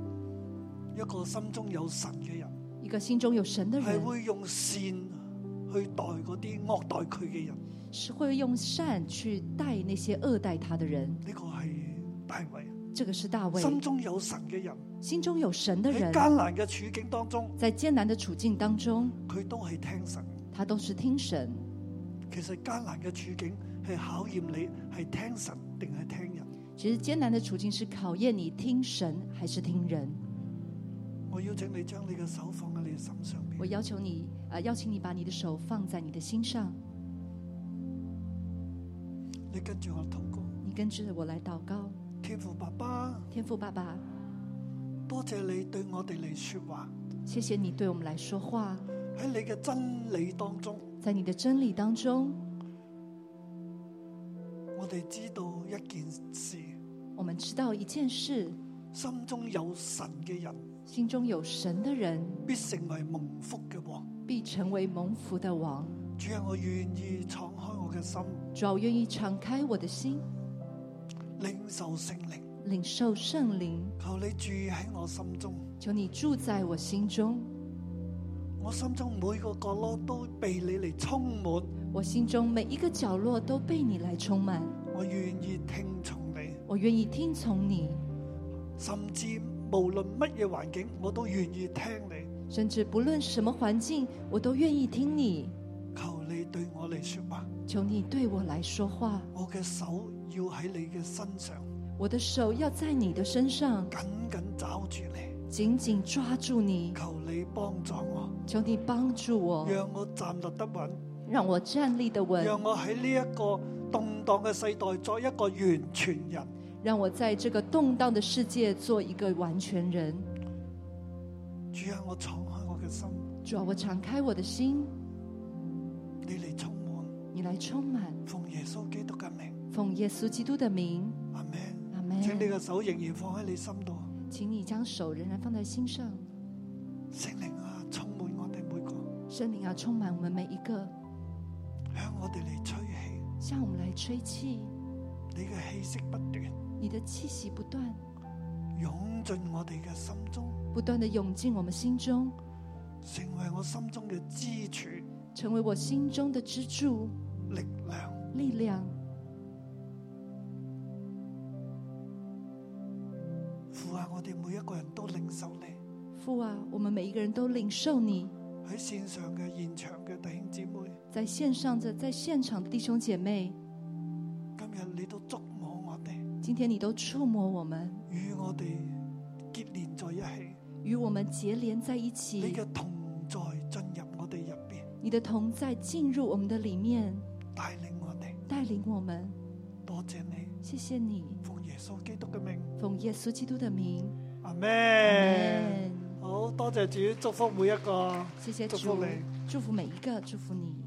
一個心中有神嘅人，
一个心中有神的
係
人，
會用善去待嗰啲惡待佢嘅人。
是会用善去待那些恶待他的人。
呢個係大衛
这个是大卫
心中有神嘅人，
心中有神的
喺
人，
艱難嘅處境當中，
在艰難的处境当中，
佢都係聽神。
他都是听神。
其實艱難嘅處境係考驗你係聽神定係聽人。
其实艰难的处境是考验你听神还是听人。
我邀請你將你嘅手放喺你嘅心上
我
邊，
要求你，呃，邀请你把你的手放在你的心上，
你跟住我禱告。
你跟着我来祷告。
天父爸爸，
天父爸爸，
多謝你對我哋嚟说話。
谢谢你对我们来说话，
喺你嘅真理當中，
在你的真理当中，
我哋知道一件事：
我们知道一件事：
心中有神嘅人，
心中有神的人，
必成為蒙福嘅王。
必成为蒙福的王。
主啊，我願意敞開我嘅心，
主要愿意敞开我的心，
領受聖靈。
领受圣灵，
求你住喺我心中，
求你住在我心中，
我心中每個角落都被你嚟充滿。
我心中每一个角落都被你来充满。
我願意聽從你，
我愿意听从你，
甚至無論乜嘢環境，我都願意聽你。
甚至不论什么环境，我都愿意听你。
求你對我嚟说話，
求你对我来说话，
我嘅手要喺你嘅身上，
我的手要在你的身上
緊緊抓住你，
紧紧抓住你，
求你幫助我，
求你幫助我，
讓我站立得穩，
讓我站立得穩，
讓我喺呢一個動盪嘅世代作一個完全人。
讓我在這個動盪的世界做一個完全人。
主啊，我敞開我嘅心，
主啊，我敞開我的心，
你嚟充滿，
你來充滿，
奉耶穌基督嘅名，
奉耶穌基督的名，
阿門。
阿
請你
門。
嘅手仍然放喺你心度，
請你將手仍然放在心上，
聖靈啊，充滿我哋每個，
聖靈啊，充滿我們每一個，
向我哋嚟吹氣，
向我們來吹氣，
你嘅氣息不斷
你的氣息不斷
湧進我哋嘅心中，
不斷的湧進我們心中，
成為我心中嘅支柱、
成為我心中的支柱、
力量。
力量。
父啊，我哋每一個人都領受你。
父啊，我們每一個人都領受你，
喺線上嘅現場嘅弟兄姊妹，
在線上的，在現場的弟兄姐妹，
今日你都觸摸我哋，
今天你都觸摸我們，
與我哋結連在一起，
與我們結連在一
你
起。
嘅同在進入我哋入邊，
你的同在進入我們的裡面，
帶領我哋。
帶領我們。
多謝你，
謝謝你，
奉耶穌基督嘅名，
奉耶穌基督的名，
阿
阿
咩？
門。
好多謝主，祝福每一個，
謝謝
祝
主
福你。，
祝福每一個，祝福你。